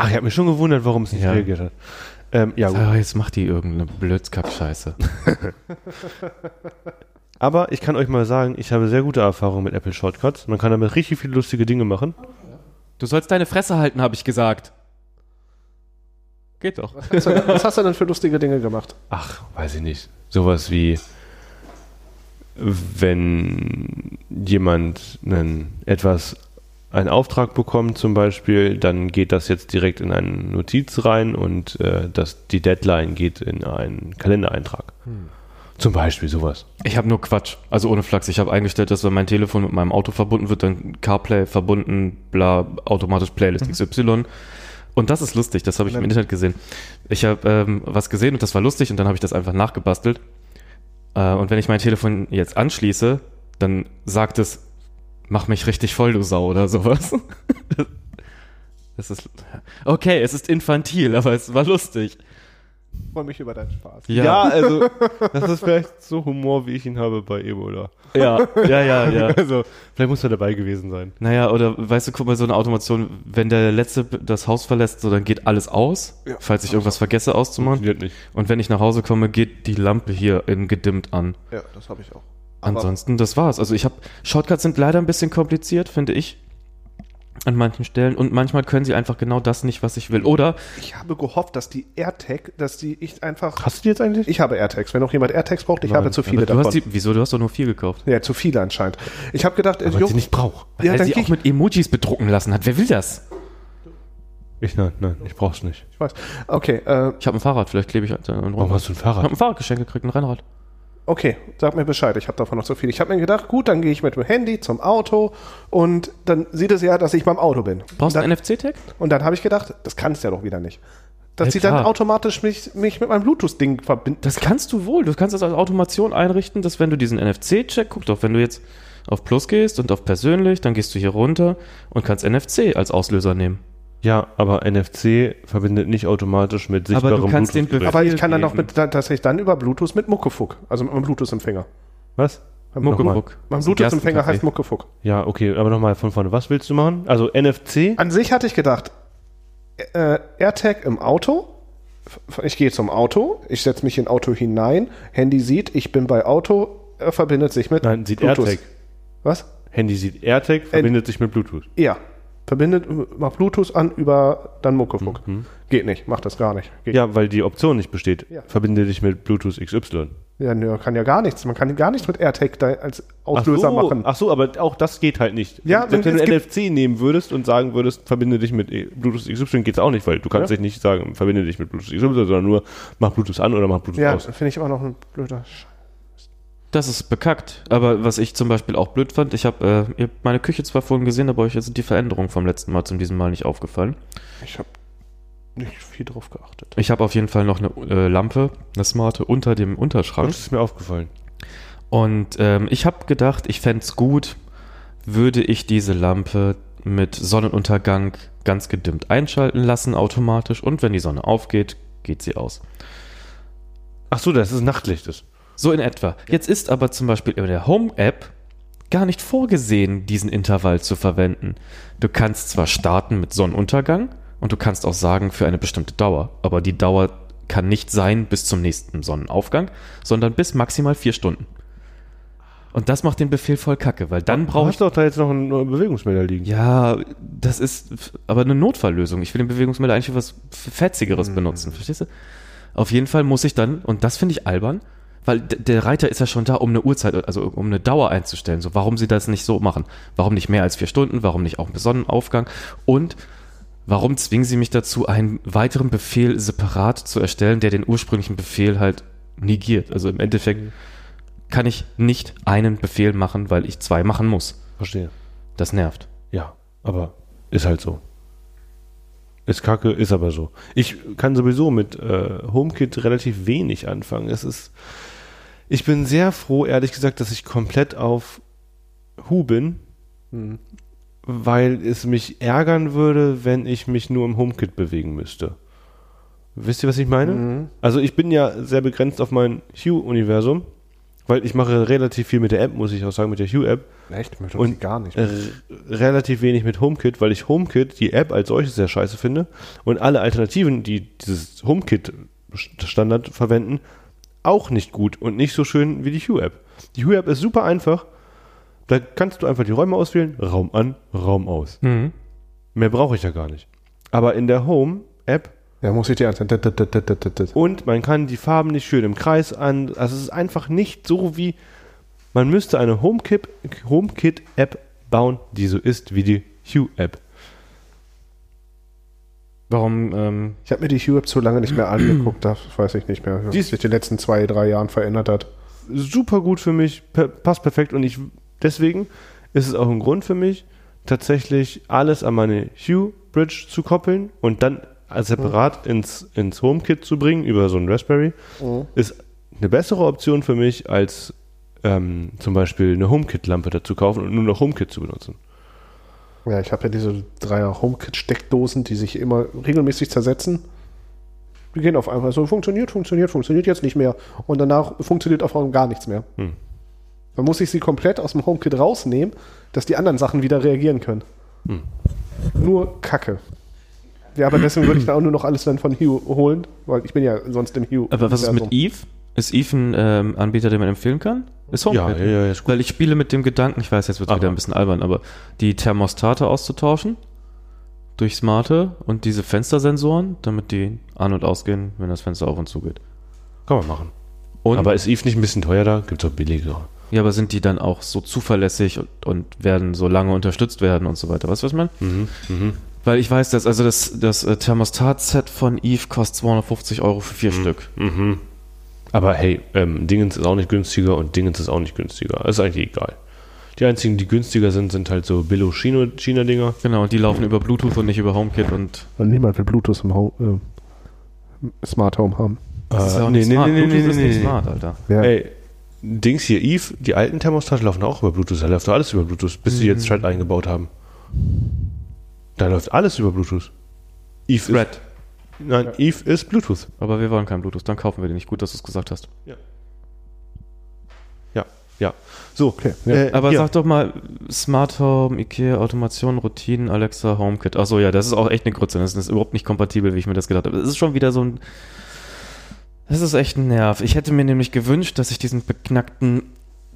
Speaker 1: Ach, ich habe mich schon gewundert, warum es nicht
Speaker 2: Ja.
Speaker 1: reagiert hat. Ähm, ja, gut.
Speaker 2: Ah, jetzt macht die irgendeine Blödskack-Scheiße.
Speaker 1: Aber ich kann euch mal sagen, ich habe sehr gute Erfahrungen mit Apple Shortcuts. Man kann damit richtig viele lustige Dinge machen.
Speaker 2: Du sollst deine Fresse halten, habe ich gesagt. Geht doch.
Speaker 3: Was hast du denn- Was hast du denn für lustige Dinge gemacht?
Speaker 1: Ach, weiß ich nicht. Sowas wie, wenn jemand einen, etwas, einen Auftrag bekommt zum Beispiel, dann geht das jetzt direkt in eine Notiz rein und äh, das, die Deadline geht in einen Kalendereintrag. Zum Beispiel sowas.
Speaker 2: Ich habe nur Quatsch. Also ohne Flachs. Ich habe eingestellt, dass wenn mein Telefon mit meinem Auto verbunden wird, dann CarPlay verbunden, bla, automatisch Playlist XY. Und das ist lustig. Das habe ich im Internet gesehen. Ich habe ähm, was gesehen und das war lustig und dann habe ich das einfach nachgebastelt. Äh, und wenn ich mein Telefon jetzt anschließe, dann sagt es, mach mich richtig voll, du Sau oder sowas. Das ist okay, es ist infantil, aber es war lustig.
Speaker 3: Ich freue mich über deinen Spaß.
Speaker 1: also das ist vielleicht so Humor, wie ich ihn habe bei Ebola.
Speaker 2: ja, ja, ja. ja.
Speaker 1: Also vielleicht muss er dabei gewesen sein.
Speaker 2: Naja, oder weißt du, guck mal, so eine Automation, wenn der Letzte das Haus verlässt, so dann geht alles aus, falls ich irgendwas vergesse auszumachen.
Speaker 1: Funktioniert nicht.
Speaker 2: Und wenn ich nach Hause komme, geht die Lampe hier in gedimmt an.
Speaker 3: Ja, das habe ich auch.
Speaker 2: Ansonsten, das war's. Also ich habe Shortcuts sind leider ein bisschen kompliziert, finde ich. An manchen Stellen. Und manchmal können sie einfach genau das nicht, was ich will. Oder
Speaker 3: Ich habe gehofft, dass die AirTag, dass die ich einfach.
Speaker 1: Hast du die jetzt eigentlich?
Speaker 3: Ich habe AirTags. Wenn noch jemand AirTags braucht, ich habe zu
Speaker 2: Aber
Speaker 3: viele
Speaker 2: du hast
Speaker 3: davon.
Speaker 2: die, wieso, du hast doch nur vier gekauft.
Speaker 3: Ja, zu viele anscheinend. Ich habe gedacht, äh, jo,
Speaker 1: nicht brauche.
Speaker 3: ja,
Speaker 2: Weil
Speaker 3: dann
Speaker 2: sie
Speaker 3: geh
Speaker 2: auch
Speaker 3: ich,
Speaker 2: mit Emojis bedrucken lassen hat. Wer will das?
Speaker 1: Ich nein, nein, ich brauch's nicht.
Speaker 3: ich weiß. Okay, äh,
Speaker 2: Ich habe ein Fahrrad, vielleicht klebe ich einen
Speaker 1: Warum
Speaker 3: Oh,
Speaker 2: rum.
Speaker 1: hast du ein
Speaker 2: Ich habe
Speaker 1: Fahrrad?
Speaker 2: ein Fahrrad geschenkt gekriegt, ein Rennrad.
Speaker 3: okay, sag mir Bescheid. Ich habe davon noch zu viel. Ich habe mir gedacht, gut, dann gehe ich mit dem Handy zum Auto und dann sieht es ja, dass ich beim Auto bin.
Speaker 2: Brauchst du
Speaker 3: und
Speaker 2: einen
Speaker 3: dann,
Speaker 2: NFC-Tag?
Speaker 3: und dann habe ich gedacht, das kann es ja doch wieder nicht. Dass
Speaker 2: Ja,
Speaker 3: sie dann
Speaker 2: klar.
Speaker 3: automatisch mich, mich mit meinem Bluetooth-Ding verbinden.
Speaker 2: Das kannst du wohl. Du kannst das als Automation einrichten, dass wenn du diesen NFC-Check, guck doch, wenn du jetzt auf Plus gehst und auf persönlich, dann gehst du hier runter und kannst NFC als Auslöser nehmen.
Speaker 1: Ja, aber NFC verbindet nicht automatisch mit sichtbarem Bluetooth-Gerät.
Speaker 3: Aber ich kann dann auch mit, dass ich dann über Bluetooth mit Muckefuck, also mit meinem Bluetooth-Empfänger.
Speaker 1: Was? Nochmal.
Speaker 2: Muckemuck.
Speaker 3: Mein Bluetooth-Empfänger heißt
Speaker 2: Muck.
Speaker 3: Muckefuck.
Speaker 1: Ja, okay, aber nochmal von vorne. Was willst du machen? Also NFC?
Speaker 3: An sich hatte ich gedacht, äh, AirTag im Auto. F- Ich gehe zum Auto, ich setze mich in Auto hinein, Handy sieht, ich bin bei Auto, er verbindet sich mit
Speaker 1: Nein, sieht
Speaker 3: Bluetooth.
Speaker 1: AirTag.
Speaker 3: Was?
Speaker 1: Handy sieht AirTag, verbindet sich mit Bluetooth.
Speaker 3: Ja. Verbindet, macht Bluetooth an über dann Muckefuck. Geht nicht, macht das gar nicht. Geht.
Speaker 1: Mhm. Ja, weil die Option nicht besteht.
Speaker 3: Ja.
Speaker 1: Verbinde dich mit Bluetooth XY.
Speaker 3: Ja, nö, kann ja gar nichts. Man kann gar nichts mit AirTag da als Auslöser machen.
Speaker 1: ach so, Ah, aber auch das geht halt nicht.
Speaker 3: Ja,
Speaker 1: Selbst wenn
Speaker 3: es
Speaker 1: du
Speaker 3: gibt-
Speaker 1: NFC nehmen würdest und sagen würdest, verbinde dich mit eh, Bluetooth XY, geht's auch nicht, weil du kannst dich nicht sagen, verbinde dich mit Bluetooth XY, sondern nur mach Bluetooth an oder mach Bluetooth
Speaker 3: Ja,
Speaker 1: aus.
Speaker 3: finde ich immer noch ein blöder Sch
Speaker 2: Das ist bekackt. Aber was ich zum Beispiel auch blöd fand, ich habe äh, ihr habt meine Küche zwar vorhin gesehen, aber euch sind die Veränderungen vom letzten Mal zum diesem Mal nicht aufgefallen.
Speaker 3: Ich habe nicht viel drauf geachtet.
Speaker 2: Ich habe auf jeden Fall noch eine äh, Lampe, eine smarte, unter dem Unterschrank.
Speaker 1: Das ist mir aufgefallen.
Speaker 2: Und ähm, ich habe gedacht, ich fänd's gut, würde ich diese Lampe mit Sonnenuntergang ganz gedimmt einschalten lassen, automatisch. Und wenn die Sonne aufgeht, geht sie aus.
Speaker 1: Ach so, das ist Nachtlichtes.
Speaker 2: So in etwa. Jetzt ist aber zum Beispiel in der Home-App gar nicht vorgesehen, diesen Intervall zu verwenden. Du kannst zwar starten mit Sonnenuntergang und du kannst auch sagen für eine bestimmte Dauer, aber die Dauer kann nicht sein bis zum nächsten Sonnenaufgang, sondern bis maximal vier Stunden. Und das macht den Befehl voll kacke, weil dann
Speaker 1: Du
Speaker 2: brauche ich.
Speaker 1: hast doch da jetzt noch einen äh, Bewegungsmelder liegen.
Speaker 2: Ja, das ist f- aber eine Notfalllösung. Ich will den Bewegungsmelder eigentlich für was f- Fetzigeres benutzen, verstehst du? Auf jeden Fall muss ich dann, und das finde ich albern, weil d- der Reiter ist ja schon da, um eine Uhrzeit, also um eine Dauer einzustellen. So, warum sie das nicht so machen? Warum nicht mehr als vier Stunden? Warum nicht auch einen Sonnenaufgang? Und warum zwingen sie mich dazu, einen weiteren Befehl separat zu erstellen, der den ursprünglichen Befehl halt negiert? Also im Endeffekt kann ich nicht einen Befehl machen, weil ich zwei machen muss.
Speaker 1: Verstehe.
Speaker 2: Das nervt.
Speaker 1: Ja, aber ist halt so. Ist kacke, ist aber so. Ich kann sowieso mit äh, HomeKit relativ wenig anfangen. Es ist. Ich bin sehr froh, ehrlich gesagt, dass ich komplett auf Hu bin, weil es mich ärgern würde, wenn ich mich nur im HomeKit bewegen müsste. Wisst ihr, was ich meine? Also ich bin ja sehr begrenzt auf mein Hue-Universum, weil ich mache relativ viel mit der App, muss ich auch sagen, mit der Hue-App
Speaker 3: Echt? Ich möchte
Speaker 1: Und-
Speaker 3: sie gar nicht.
Speaker 1: r- relativ wenig mit HomeKit, weil ich HomeKit, die App als solches sehr scheiße finde und alle Alternativen, die dieses HomeKit-Standard verwenden, auch nicht gut und nicht so schön wie die Hue-App. Die Hue-App ist super einfach. Da kannst du einfach die Räume auswählen, Raum an, Raum aus. Mehr brauche ich ja gar nicht. Aber in der Home-App
Speaker 3: Ja, muss ich dir antworten.
Speaker 1: und man kann die Farben nicht schön im Kreis an. Also es ist einfach nicht so wie. Man müsste eine HomeKit- HomeKit-App bauen, die so ist wie die Hue-App.
Speaker 2: Warum, ähm,
Speaker 3: Ich habe mir die Hue-App zu lange nicht mehr angeguckt, das weiß ich nicht mehr, was
Speaker 1: Die ist-
Speaker 3: sich die letzten zwei, drei Jahren verändert hat.
Speaker 1: Super gut für mich, per, passt perfekt und ich deswegen ist es auch ein Grund für mich, tatsächlich alles an meine Hue-Bridge zu koppeln und dann als separat ins, ins HomeKit zu bringen über so ein Raspberry, ist eine bessere Option für mich, als ähm, zum Beispiel eine HomeKit-Lampe dazu kaufen und nur noch HomeKit zu benutzen.
Speaker 3: Ja, ich habe ja diese Dreier HomeKit-Steckdosen, die sich immer regelmäßig zersetzen. Die gehen auf einmal so, funktioniert, funktioniert, funktioniert jetzt nicht mehr. Und danach funktioniert auf einmal gar nichts mehr. Dann muss ich sie komplett aus dem HomeKit rausnehmen, dass die anderen Sachen wieder reagieren können. Nur Kacke. Ja, aber deswegen würde ich da auch nur noch alles dann von Hue holen, weil ich bin ja sonst im Hue.
Speaker 2: aber was ist mit Eve? Ist Eve ein ähm, Anbieter, den man empfehlen kann? Ist HomeKit.
Speaker 1: Ja, ja, ja, ist gut.
Speaker 2: Weil ich spiele mit dem Gedanken, ich weiß, jetzt wird es
Speaker 1: Aber-
Speaker 2: wieder ein bisschen albern, aber die Thermostate auszutauschen durch Smarte und diese Fenstersensoren, damit die an- und ausgehen, wenn das Fenster auf und zu geht.
Speaker 1: Kann man machen.
Speaker 2: Und,
Speaker 1: Aber ist Eve nicht ein bisschen teuer da? Gibt es auch billigere.
Speaker 2: ja, aber sind die dann auch so zuverlässig und, und werden so lange unterstützt werden und so weiter? Weißt du, was ich meine?
Speaker 1: Mhm,
Speaker 2: Weil ich weiß, dass also das, das äh, Thermostat-Set von Eve kostet 250 Euro für
Speaker 1: Mhm.
Speaker 2: vier Stück.
Speaker 1: Aber hey, ähm, Dingens ist auch nicht günstiger und Dingens ist auch nicht günstiger. Ist eigentlich egal. Die einzigen, die günstiger sind, sind halt so Billo-China-Dinger.
Speaker 2: Genau, und die
Speaker 1: Mhm.
Speaker 2: laufen über Bluetooth und nicht über HomeKit und
Speaker 3: Weil niemand will Bluetooth im Home, äh, Smart Home haben.
Speaker 2: Das
Speaker 1: Äh,
Speaker 2: ist ja auch nicht smart. Bluetooth ist nicht smart, Alter.
Speaker 3: Ja.
Speaker 1: Ey, Dings hier, Eve, die alten Thermostate laufen auch über Bluetooth. Da läuft doch alles über Bluetooth, bis sie
Speaker 2: Mhm.
Speaker 1: jetzt Thread eingebaut haben. Da läuft alles über Bluetooth. Eve ist,
Speaker 2: Red.
Speaker 1: nein, Eve ist Bluetooth.
Speaker 2: Aber wir wollen kein Bluetooth, dann kaufen wir den nicht. Gut, dass du es gesagt hast.
Speaker 1: Ja, ja. So,
Speaker 3: Okay, ja.
Speaker 1: äh,
Speaker 2: Aber
Speaker 1: hier.
Speaker 2: sag doch mal, Smart Home, Ikea, Automation, Routinen, Alexa, HomeKit. Achso, ja, das ist auch echt eine Grütze. Das ist überhaupt nicht kompatibel, wie ich mir das gedacht habe. Es ist schon wieder so ein... Das ist echt ein Nerv. Ich hätte mir nämlich gewünscht, dass ich diesen beknackten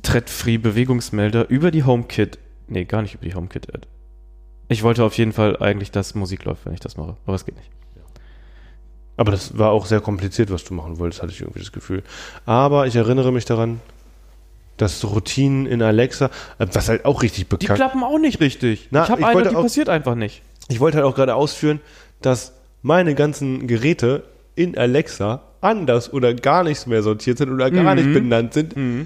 Speaker 2: Tread-Free-Bewegungsmelder über die HomeKit... Nee, gar nicht über die HomeKit-Ad. Ich wollte auf jeden Fall eigentlich, dass Musik läuft, wenn ich das mache. Aber es geht nicht.
Speaker 1: Aber das war auch sehr kompliziert, was du machen wolltest, hatte ich irgendwie das Gefühl. Aber ich erinnere mich daran, dass Routinen in Alexa, äh, was halt auch richtig
Speaker 2: Die
Speaker 1: bekannt.
Speaker 2: klappen auch nicht richtig.
Speaker 1: Na,
Speaker 2: ich habe
Speaker 1: ich
Speaker 2: eine,
Speaker 1: wollte
Speaker 2: die
Speaker 1: auch-
Speaker 2: passiert einfach nicht.
Speaker 1: Ich wollte halt auch gerade ausführen, dass meine ganzen Geräte in Alexa anders oder gar nicht mehr sortiert sind oder gar nicht benannt sind. Äh,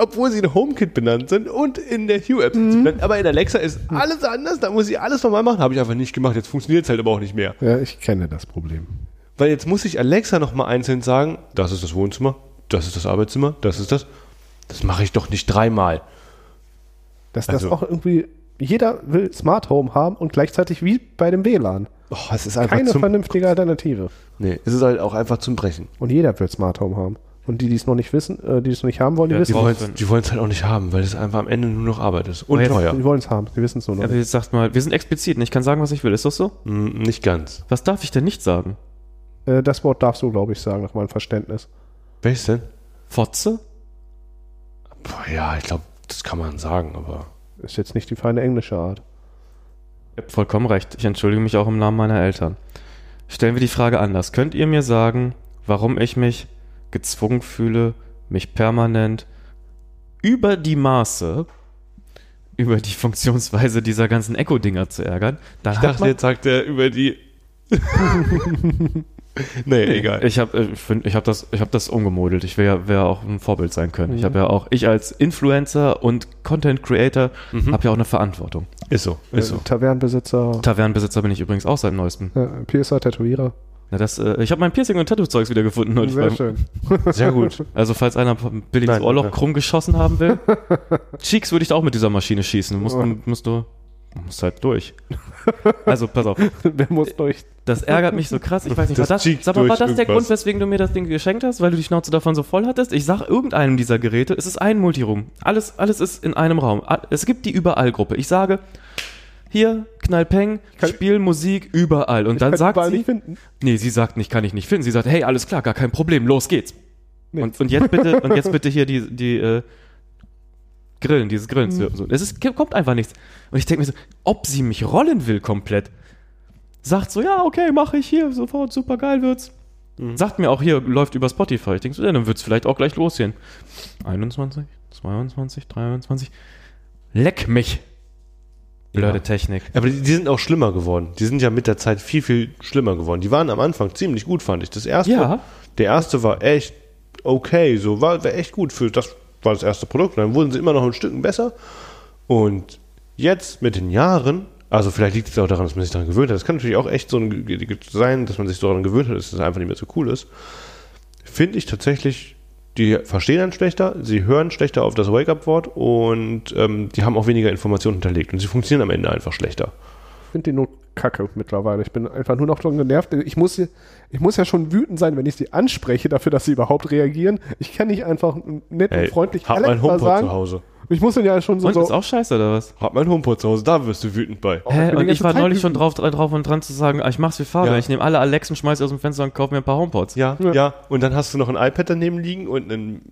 Speaker 1: Obwohl sie in HomeKit benannt sind und in der Hue-App sind sie benannt. Aber in Alexa ist alles anders, da muss ich alles nochmal machen. Habe ich einfach nicht gemacht, jetzt funktioniert es halt aber auch nicht mehr.
Speaker 3: ja, ich kenne das Problem.
Speaker 1: Weil jetzt muss ich Alexa nochmal einzeln sagen, das ist das Wohnzimmer, das ist das Arbeitszimmer, das ist das. Das mache ich doch nicht dreimal.
Speaker 3: Dass das
Speaker 1: Also-
Speaker 3: auch irgendwie, jeder will Smart Home haben und gleichzeitig wie bei dem WLAN.
Speaker 1: Oh, es ist einfach
Speaker 3: Keine
Speaker 1: zum...
Speaker 3: vernünftige Alternative.
Speaker 1: Nee, es ist halt auch einfach zum Brechen.
Speaker 3: Und jeder will Smart Home haben. Und die, die es noch nicht wissen, äh, die es noch nicht haben wollen, die
Speaker 2: Ja,
Speaker 1: Die
Speaker 3: wissen
Speaker 2: brauchen-
Speaker 3: es.
Speaker 1: wollen's- die wollen es halt auch nicht haben, weil es einfach am Ende nur noch Arbeit ist. Und
Speaker 2: Aber jetzt-
Speaker 1: teuer.
Speaker 3: Die wollen es haben, die wissen es nur noch.
Speaker 2: Aber
Speaker 3: nicht.
Speaker 2: jetzt sagt mal, wir sind explizit und ich kann sagen, was ich will. Ist das so?
Speaker 1: Hm, nicht ganz.
Speaker 2: Was darf ich denn nicht sagen?
Speaker 3: Äh, das Wort darfst du, glaube ich, sagen, nach meinem Verständnis.
Speaker 1: Welches denn?
Speaker 2: Fotze?
Speaker 1: Boah, ja, ich glaube, das kann man sagen, aber
Speaker 3: Ist jetzt nicht die feine englische Art.
Speaker 2: Ihr habt vollkommen recht. Ich entschuldige mich auch im Namen meiner Eltern. Stellen wir die Frage anders. Könnt ihr mir sagen, warum ich mich gezwungen fühle, mich permanent über die Maße, über die Funktionsweise dieser ganzen Echo-Dinger zu ärgern? Dann
Speaker 1: Ich dachte, jetzt sagt er über die. nee, egal.
Speaker 2: Ich habe ich find- ich hab das, ich hab das umgemodelt. Ich wäre wär auch ein Vorbild sein können. Ich
Speaker 1: Mhm.
Speaker 2: habe ja auch, ich als Influencer und Content Creator
Speaker 1: Mhm.
Speaker 2: habe ja auch eine Verantwortung.
Speaker 1: Ist so, ist so.
Speaker 3: Tavernenbesitzer,
Speaker 2: Tavernenbesitzer bin ich übrigens auch seit neuestem.
Speaker 3: äh, Piercer, Tätowierer.
Speaker 2: Na, das, äh, ich habe mein Piercing und Tattoo-Zeugs wieder gefunden neulich beim,
Speaker 3: schön.
Speaker 1: Sehr gut.
Speaker 2: Also falls einer billiges
Speaker 1: Nein,
Speaker 2: Ohrloch
Speaker 1: ja.
Speaker 2: krumm geschossen haben will, Cheeks würde ich da auch mit dieser Maschine schießen. Du musst, du- musst du musst halt durch. Also pass auf,
Speaker 3: Wer muss durch?
Speaker 2: das ärgert mich so krass. Ich weiß nicht,
Speaker 1: Das
Speaker 2: war das,
Speaker 1: Cheeks
Speaker 2: sag mal, war
Speaker 1: durch
Speaker 2: das der
Speaker 1: irgendwas.
Speaker 2: Grund, weswegen du mir das Ding geschenkt hast, weil du die Schnauze davon so voll hattest? Ich sag irgendeinem dieser Geräte, es ist ein Multiroom. Alles, alles ist in einem Raum. A- Es gibt die Überall-Gruppe. Ich sage, hier, Knallpeng,
Speaker 3: kann-
Speaker 2: Spiel, Musik, überall. Und dann
Speaker 3: Kann
Speaker 2: sagt
Speaker 3: überall
Speaker 2: sie,
Speaker 3: nicht finden.
Speaker 2: Nee, sie sagt nicht, kann ich nicht finden. Sie sagt, hey, alles klar, gar kein Problem, los geht's. Und, und jetzt bitte, und jetzt bitte hier die, die äh, Grillen, dieses Grillen. So, so. Es ist, kommt einfach nichts. Und ich denke mir so, ob sie mich rollen will komplett, sagt so, ja, okay, mache ich hier, sofort, super geil wird's. Sagt mir auch hier, läuft über Spotify. Ich denke so, ja, dann wird's vielleicht auch gleich losgehen. 21, 22, 23. Leck mich. Blöde Technik.
Speaker 1: Aber die, die sind auch schlimmer geworden. Die sind ja mit der Zeit viel, viel schlimmer geworden. Die waren am Anfang ziemlich gut, fand ich. Das erste,
Speaker 2: Ja.
Speaker 1: der erste war echt okay, so war, war echt gut für das war das erste Produkt. Dann wurden sie immer noch ein Stück besser. Und jetzt mit den Jahren, also vielleicht liegt es auch daran, dass man sich daran gewöhnt hat. Das kann natürlich auch echt so ein Ge- Ge- Ge- sein, dass man sich daran gewöhnt hat, dass es einfach nicht mehr so cool ist. Finde ich tatsächlich, die verstehen einen schlechter, sie hören schlechter auf das Wake-up-Wort und ähm, die haben auch weniger Informationen hinterlegt. Und sie funktionieren am Ende einfach schlechter.
Speaker 3: Ich finde die nur kacke mittlerweile. Ich bin einfach nur noch dran genervt. Ich muss, ich muss ja schon wütend sein, wenn ich sie anspreche, dafür, dass sie überhaupt reagieren. Ich kann nicht einfach nett und
Speaker 1: Ey,
Speaker 3: freundlich
Speaker 1: hab mein
Speaker 3: Alexa
Speaker 1: HomePod zu
Speaker 3: sagen.
Speaker 1: Hause.
Speaker 3: Ich muss dann ja schon so.
Speaker 2: Und ist
Speaker 3: so
Speaker 2: auch scheiße, oder was?
Speaker 1: Hab mein HomePod zu Hause, da wirst du wütend bei.
Speaker 3: ich bin
Speaker 2: Hä?
Speaker 3: die
Speaker 2: Und ich
Speaker 3: ganze
Speaker 2: war
Speaker 3: Zeit
Speaker 2: neulich schon drauf, äh, drauf und dran zu sagen, ah, ich mach's wie Fabian.
Speaker 1: Ja.
Speaker 2: Ich nehme alle Alexen, schmeiß sie aus dem Fenster und kauf mir ein paar HomePods.
Speaker 1: Ja, ja, Und dann hast du noch ein iPad daneben liegen und ein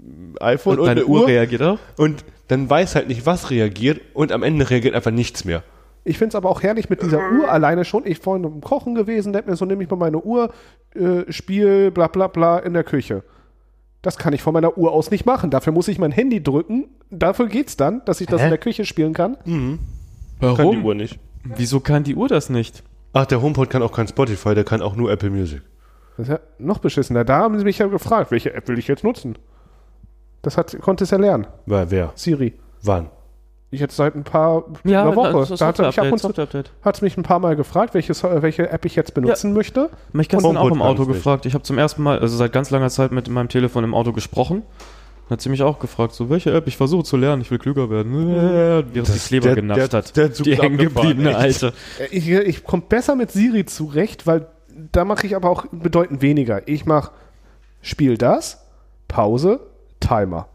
Speaker 1: iPhone
Speaker 2: Und,
Speaker 1: und,
Speaker 2: deine
Speaker 1: eine
Speaker 2: Uhr
Speaker 1: Uhr.
Speaker 2: reagiert auch.
Speaker 1: und dann weiß halt nicht, was reagiert und am Ende reagiert einfach nichts mehr.
Speaker 3: ich finde es aber auch herrlich mit dieser Uhr alleine schon. Ich vorhin im Kochen gewesen, denke mir so, nehme ich mal meine Uhr, äh, Spiel, bla bla bla in der Küche. Das kann ich von meiner Uhr aus nicht machen. Dafür muss ich mein Handy drücken. Dafür geht's dann, dass ich das
Speaker 2: Hä?
Speaker 3: in der Küche spielen kann.
Speaker 1: Kann die Uhr nicht.
Speaker 2: Wieso kann die Uhr das nicht?
Speaker 1: Ach, der HomePod kann auch kein Spotify, der kann auch nur Apple Music.
Speaker 3: Das ist ja noch beschissener. Da haben sie mich ja gefragt, welche App will ich jetzt nutzen? Das hat, konnte es ja lernen,
Speaker 1: Wer, wer?
Speaker 3: Siri.
Speaker 1: Wann?
Speaker 3: Ich jetzt seit ein paar einer Woche. Da hat mich ab und zu-
Speaker 2: Software-Update.
Speaker 3: hat's mich ein paar Mal gefragt, welche, so äh, welche App ich jetzt benutzen möchte.
Speaker 2: Mich gestern auch
Speaker 1: HomePod
Speaker 2: im
Speaker 1: kann
Speaker 2: Auto
Speaker 1: es nicht.
Speaker 2: gefragt. Ich habe zum ersten Mal, also seit ganz langer Zeit mit meinem Telefon im Auto gesprochen. Dann hat sie mich auch gefragt, so, welche App? Ich versuche zu lernen, ich will klüger werden. Äh, Während sie Kleber
Speaker 1: der-
Speaker 2: genascht
Speaker 1: der-
Speaker 2: hat.
Speaker 1: der Zug
Speaker 2: die
Speaker 1: ist
Speaker 2: hängen gebliebene
Speaker 1: abgefahren, echt.
Speaker 2: Alte.
Speaker 3: Ich, ich komme besser mit Siri zurecht, weil da mache ich aber auch bedeutend weniger. Ich mache Spiel das, Pause, Timer.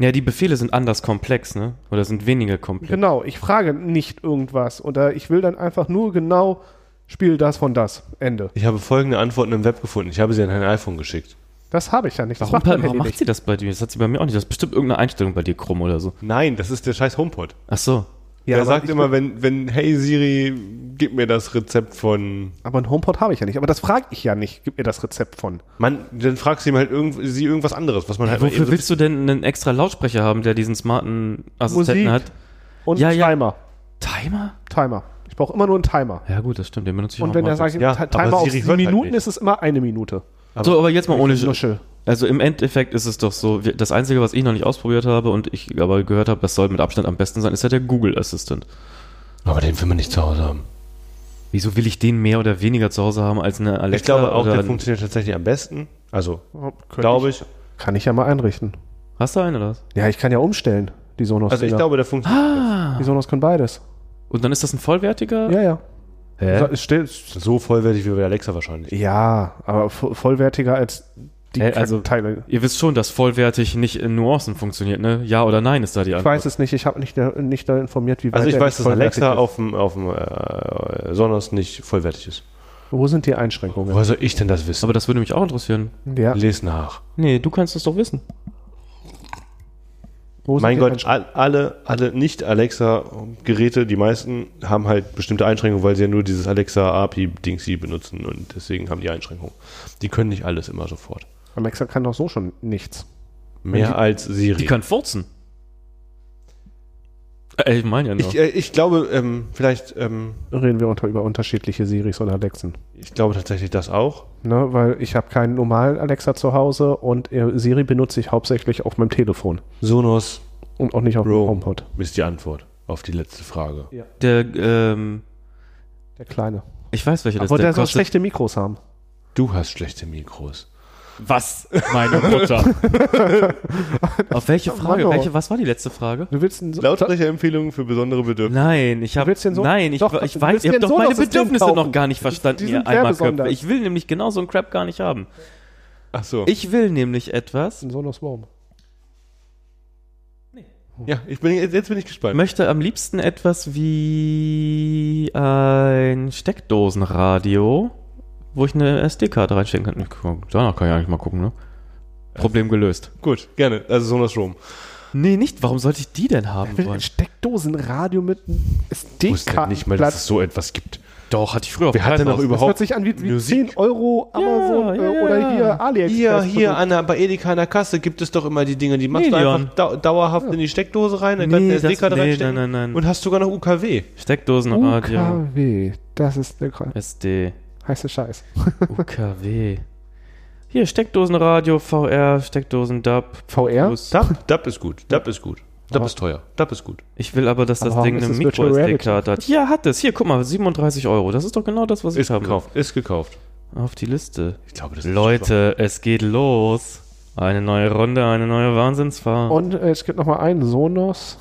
Speaker 2: Ja, die Befehle sind anders komplex, ne? Oder sind weniger komplex.
Speaker 3: Genau, ich frage nicht irgendwas. Oder ich will dann einfach nur genau Spiel das von das. Ende.
Speaker 1: Ich habe folgende Antworten im Web gefunden. Ich habe sie an ein iPhone geschickt.
Speaker 3: Das habe ich ja nicht. Das
Speaker 2: Warum,
Speaker 3: mein
Speaker 2: warum
Speaker 3: Handy
Speaker 2: macht
Speaker 3: nicht.
Speaker 2: sie das bei dir? Das hat sie bei mir auch nicht. Das ist bestimmt irgendeine Einstellung bei dir krumm oder so.
Speaker 1: Nein, das ist der scheiß HomePod.
Speaker 2: Ach so.
Speaker 3: Ja,
Speaker 1: der
Speaker 3: aber
Speaker 1: sagt
Speaker 3: ich-
Speaker 1: immer, wenn, wenn, hey Siri, gib mir das Rezept von.
Speaker 3: Aber ein HomePod habe ich ja nicht. Aber das frage ich ja nicht. Gib mir das Rezept von.
Speaker 1: Man, dann fragst du ihm halt irgend, sie irgendwas anderes, was man
Speaker 3: Also
Speaker 1: halt. mal
Speaker 2: Wofür
Speaker 1: eben-
Speaker 2: willst du denn einen extra Lautsprecher haben, der diesen smarten Assistenten
Speaker 3: Musik.
Speaker 2: hat?
Speaker 3: Und
Speaker 2: Ja, ja.
Speaker 3: Timer.
Speaker 2: Timer?
Speaker 3: Timer. Ich brauche immer nur einen Timer.
Speaker 2: Ja gut, das stimmt. Den benutze ich
Speaker 3: Und
Speaker 2: auch
Speaker 3: wenn
Speaker 2: mal.
Speaker 3: er sagt,
Speaker 1: Ja,
Speaker 3: Ti-
Speaker 1: aber
Speaker 3: Timer auf
Speaker 1: Siri
Speaker 3: sieben
Speaker 1: hört halt
Speaker 3: Minuten
Speaker 1: nicht.
Speaker 3: ist es immer eine Minute.
Speaker 2: so, aber jetzt mal ohne Sch-
Speaker 3: Nuschel.
Speaker 2: Also im Endeffekt ist es doch so, wir- das Einzige, was ich noch nicht ausprobiert habe und ich aber gehört habe, das soll mit Abstand am besten sein, ist ja der Google Assistant.
Speaker 1: Aber den will man nicht zu Hause haben.
Speaker 2: Wieso will ich den mehr oder weniger zu Hause haben als eine Alexa?
Speaker 1: Ich glaube auch,
Speaker 2: oder
Speaker 1: der
Speaker 2: ein-
Speaker 1: funktioniert tatsächlich am besten. Also,
Speaker 3: Könnte
Speaker 1: glaube ich.
Speaker 3: Kann ich ja mal einrichten.
Speaker 2: Hast du einen oder was?
Speaker 3: Ja, ich kann ja umstellen, die Sonos.
Speaker 1: Also, ich
Speaker 3: Dinger.
Speaker 1: glaube, der funktioniert.
Speaker 3: die Sonos können beides.
Speaker 2: Und dann ist das ein vollwertiger?
Speaker 3: Ja, ja.
Speaker 2: Hä?
Speaker 3: So, es steht-
Speaker 1: So vollwertig wie bei Alexa wahrscheinlich.
Speaker 3: Ja, aber vo- vollwertiger als die
Speaker 2: Äh, also-
Speaker 3: Teile.
Speaker 2: Ihr wisst schon, dass vollwertig nicht in Nuancen funktioniert, ne? Ja oder nein ist da die
Speaker 3: Ich
Speaker 2: Antwort.
Speaker 3: weiß es nicht. Ich habe nicht, da- nicht da informiert, wie
Speaker 1: Also,
Speaker 3: weit
Speaker 1: ich
Speaker 3: der
Speaker 1: weiß, dass
Speaker 3: vollwertig
Speaker 1: Alexa
Speaker 3: ist.
Speaker 1: auf dem, auf dem äh, Sonos nicht vollwertig ist.
Speaker 3: Wo sind die Einschränkungen?
Speaker 1: Woher soll ich denn das wissen?
Speaker 2: Aber das würde mich auch interessieren.
Speaker 3: Ja.
Speaker 1: Les nach.
Speaker 2: Nee, du kannst es doch wissen.
Speaker 3: Wo sind
Speaker 1: mein
Speaker 3: die
Speaker 1: Gott,
Speaker 3: Einschränkungen?
Speaker 1: all- alle, alle Nicht-Alexa-Geräte, die meisten haben halt bestimmte Einschränkungen, weil sie ja nur dieses Alexa-API-Dingsi benutzen und deswegen haben die Einschränkungen. Die können nicht alles immer sofort.
Speaker 3: Alexa kann doch so schon nichts.
Speaker 1: Mehr
Speaker 2: die-
Speaker 1: als Siri.
Speaker 2: Die kann furzen. Äh, Ich meine ja nur.
Speaker 1: ich, äh, ich glaube, ähm, vielleicht, ähm,
Speaker 3: Reden wir unter, über unterschiedliche Siris und Alexen.
Speaker 1: ich glaube tatsächlich das auch.
Speaker 3: Ne, weil ich habe keinen normalen Alexa zu Hause und äh, Siri benutze ich hauptsächlich auf meinem Telefon
Speaker 1: Sonos
Speaker 3: und auch nicht auf
Speaker 1: Bro.
Speaker 3: dem HomePod.
Speaker 1: ist die Antwort auf die letzte Frage.
Speaker 2: der, ähm,
Speaker 3: Der kleine.
Speaker 2: ich weiß, welcher das
Speaker 3: Aber der soll
Speaker 2: kostet-
Speaker 3: schlechte Mikros haben.
Speaker 1: Du hast schlechte Mikros.
Speaker 2: Was? Meine Mutter. Auf welche Frage?
Speaker 3: Mann, oh.
Speaker 2: Welche, was war die letzte Frage?
Speaker 3: Du willst einen so
Speaker 1: Lautsprecherempfehlungen für besondere Bedürfnisse.
Speaker 2: Nein, ich habe
Speaker 3: willst den so-
Speaker 2: Nein, ich,
Speaker 3: Doch,
Speaker 2: wa- ich
Speaker 3: du
Speaker 2: weiß,
Speaker 3: willst
Speaker 2: ihr habt
Speaker 3: den
Speaker 2: doch meine
Speaker 3: Sonos-System
Speaker 2: Bedürfnisse
Speaker 3: kaufen.
Speaker 2: noch gar nicht verstanden,
Speaker 3: Die
Speaker 2: ihr
Speaker 3: sind sehr
Speaker 2: Eimerköpfe.
Speaker 3: besonders.
Speaker 2: Ich will nämlich genau so einen Crap gar nicht haben.
Speaker 1: Ach so.
Speaker 2: Ich will nämlich etwas,
Speaker 3: Sonos Warm.
Speaker 1: ja, ich bin, jetzt bin ich gespannt.
Speaker 2: möchte am liebsten etwas wie ein Steckdosenradio, wo ich eine SD-Karte reinstecken kann. Guck, Danach kann ich eigentlich mal gucken, ne? Problem gelöst.
Speaker 1: Gut, gerne. Also Sonos Roam.
Speaker 2: Nee, nicht. Warum sollte ich die denn haben
Speaker 3: Ein
Speaker 2: wollen?
Speaker 3: Steckdosenradio mit
Speaker 1: Ich wusste
Speaker 3: SD-Karten.
Speaker 1: nicht mal, dass es so etwas gibt.
Speaker 2: Doch, hatte ich früher auf
Speaker 1: Wer hat denn noch
Speaker 2: Treibhaus.
Speaker 1: überhaupt
Speaker 3: Das hört sich an wie, wie
Speaker 1: Musik?
Speaker 3: 10 Euro
Speaker 2: ja,
Speaker 3: Amazon äh, oder
Speaker 2: ja.
Speaker 3: hier AliExpress.
Speaker 1: Hier, hier
Speaker 3: Produkte.
Speaker 1: an der, bei Edeka an der Kasse gibt es doch immer die Dinge, die machst du
Speaker 2: Million.
Speaker 1: einfach dau dauerhaft in die Steckdose rein,
Speaker 2: Nee,
Speaker 1: dann kannst du eine
Speaker 2: das-
Speaker 1: SD-Karte
Speaker 2: nee,
Speaker 1: reinstecken
Speaker 2: nein, nein, nein.
Speaker 1: und hast sogar noch UKW.
Speaker 2: Steckdosenradio.
Speaker 3: UKW. Das ist der Kra-
Speaker 2: SD.
Speaker 3: heiße Scheiß.
Speaker 2: UKW. Hier, Steckdosenradio, VR, Steckdosen-Dub.
Speaker 3: VR?
Speaker 2: Plus.
Speaker 1: DAP, DAP ist gut, DAP ist gut. DAP ist teuer, DAP ist gut.
Speaker 2: Ich will aber, dass das
Speaker 3: Aber warum
Speaker 2: Ding
Speaker 3: ist
Speaker 2: eine
Speaker 3: es Virtual
Speaker 2: Micro-SD-Karte hat. Ja, hat es. Hier, guck mal, 37 Euro. Das ist doch genau das, was ich
Speaker 1: Ist
Speaker 2: haben will.
Speaker 1: gekauft, ist gekauft.
Speaker 2: Auf die Liste.
Speaker 1: Ich glaube, das ist
Speaker 2: Leute, es geht los. Eine neue Runde, eine neue Wahnsinnsfahrt.
Speaker 3: Und äh, es gibt nochmal einen Sonos.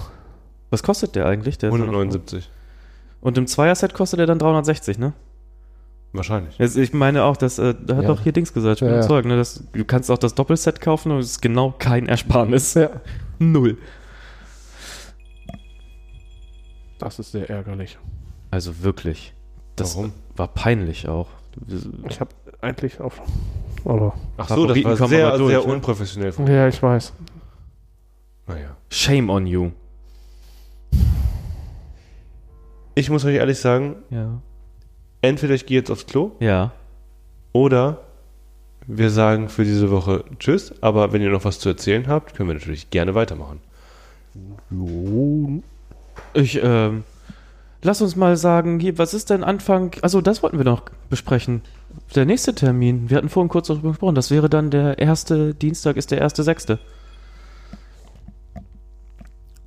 Speaker 2: was kostet der eigentlich? Der ist ja noch-
Speaker 1: 179.
Speaker 2: Und im Zweierset kostet der dann 360, ne?
Speaker 1: Wahrscheinlich.
Speaker 2: Jetzt, ich meine auch, das äh, da hat
Speaker 3: Ja.
Speaker 2: doch hier Dings gesagt, ich bin
Speaker 3: Ja, ja.
Speaker 2: überzeugt, ne? Das, du kannst auch das Doppelset kaufen und es ist genau kein Ersparnis.
Speaker 3: Ja.
Speaker 2: Null.
Speaker 3: Das ist sehr ärgerlich.
Speaker 2: Also wirklich. Das
Speaker 1: Warum?
Speaker 2: war peinlich auch.
Speaker 3: Ich habe eigentlich auf. Aber.
Speaker 1: Ach so, das
Speaker 2: Favoriten
Speaker 1: war
Speaker 2: kommen
Speaker 1: sehr,
Speaker 2: aber durch,
Speaker 1: sehr
Speaker 2: ne?
Speaker 1: unprofessionell von
Speaker 3: Ja, ich weiß.
Speaker 1: Naja.
Speaker 2: Shame on you.
Speaker 1: Ich muss euch ehrlich sagen,
Speaker 2: Ja.
Speaker 1: entweder ich gehe jetzt aufs Klo
Speaker 2: Ja.
Speaker 1: Oder wir sagen für diese Woche Tschüss, aber wenn ihr noch was zu erzählen habt, können wir natürlich gerne weitermachen.
Speaker 2: Ich, ähm, lass uns mal sagen, hier, was ist denn Anfang? Also, das wollten wir noch besprechen. Der nächste Termin, wir hatten vorhin kurz darüber gesprochen, das wäre dann der erste Dienstag, ist der erste Sechste.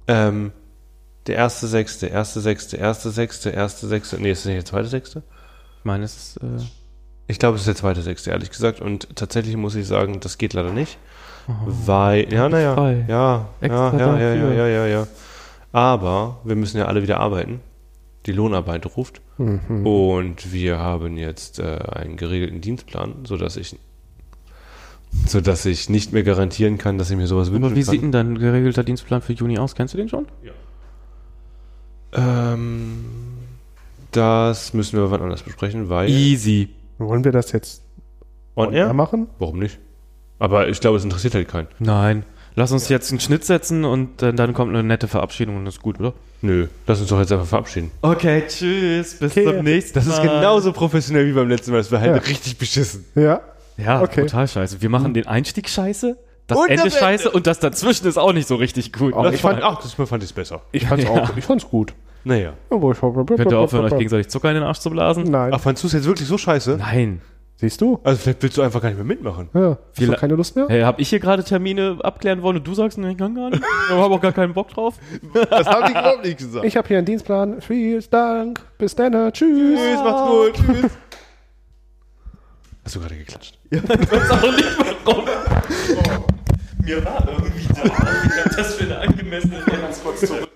Speaker 1: Ähm, der erste Sechste, erste Sechste, erste Sechste, erste Sechste. Nee, ist das nicht der zweite Sechste?
Speaker 2: Ich meine, es ist, äh,
Speaker 1: Ich glaube, es ist der zweite Sechste, ehrlich gesagt. Und tatsächlich muss ich sagen, das geht leider nicht. Weil, ja, naja,
Speaker 2: Oh. frei.
Speaker 1: ja, ja,
Speaker 2: Extra
Speaker 1: ja, ja, ja,
Speaker 2: dafür.
Speaker 1: ja, ja, ja. Aber wir müssen ja alle wieder arbeiten. Die Lohnarbeit ruft.
Speaker 3: Mhm.
Speaker 1: Und wir haben jetzt äh, einen geregelten Dienstplan, sodass ich, sodass ich nicht mehr garantieren kann, dass ich mir sowas wünschen
Speaker 2: aber wie sieht
Speaker 1: kann.
Speaker 2: denn dein geregelter Dienstplan für Juni aus? Kennst du den schon?
Speaker 1: Ähm, das müssen wir wann anders besprechen, weil.
Speaker 2: Easy.
Speaker 3: Wollen wir das jetzt
Speaker 1: on air?
Speaker 3: machen?
Speaker 1: Warum nicht? Aber ich glaube, es interessiert halt keinen.
Speaker 2: Nein. Lass uns jetzt einen Schnitt setzen und äh, dann kommt eine nette Verabschiedung und das ist gut, oder?
Speaker 1: Nö, lass uns doch jetzt einfach verabschieden.
Speaker 2: Okay, genau tschüss, bis
Speaker 3: Okay.
Speaker 2: zum nächsten Mal.
Speaker 1: professionell wie beim letzten Mal. Das war halt
Speaker 3: Ja.
Speaker 1: richtig beschissen.
Speaker 3: Ja.
Speaker 2: Ja,
Speaker 3: Okay.
Speaker 2: total scheiße. Wir machen den Einstieg scheiße, das
Speaker 1: Und
Speaker 2: Ende
Speaker 1: das Ende.
Speaker 2: scheiße und das dazwischen ist auch nicht so richtig gut.
Speaker 3: Aber
Speaker 2: Ne?
Speaker 1: Das
Speaker 3: ich
Speaker 1: fand,
Speaker 3: fand-
Speaker 1: ach, das Mal fand ich es besser.
Speaker 3: Ich fand's auch. Ich fand's gut.
Speaker 1: Naja.
Speaker 3: Aber ich Könnt
Speaker 2: Könnt ihr aufhören, euch gegenseitig Zucker in den Arsch zu blasen?
Speaker 3: Nein.
Speaker 1: Ach, fandst du es jetzt wirklich so scheiße?
Speaker 2: Nein.
Speaker 3: Siehst du?
Speaker 1: Also vielleicht willst du einfach gar nicht mehr mitmachen.
Speaker 3: Ja. Hast du
Speaker 2: Viele-
Speaker 3: keine Lust mehr?
Speaker 2: Hey, hab ich hier gerade Termine abklären wollen und du sagst, nee, ich kann gar nicht. Ich habe auch gar keinen Bock drauf.
Speaker 1: Das habe ich überhaupt nicht gesagt.
Speaker 3: Ich habe hier einen Dienstplan. Vielen Dank. Bis dann. Tschüss.
Speaker 1: Tschüss, macht's gut. Tschüss. Hast du gerade geklatscht?
Speaker 2: weiß auch nicht warum. Mir war irgendwie da, das für eine angemessene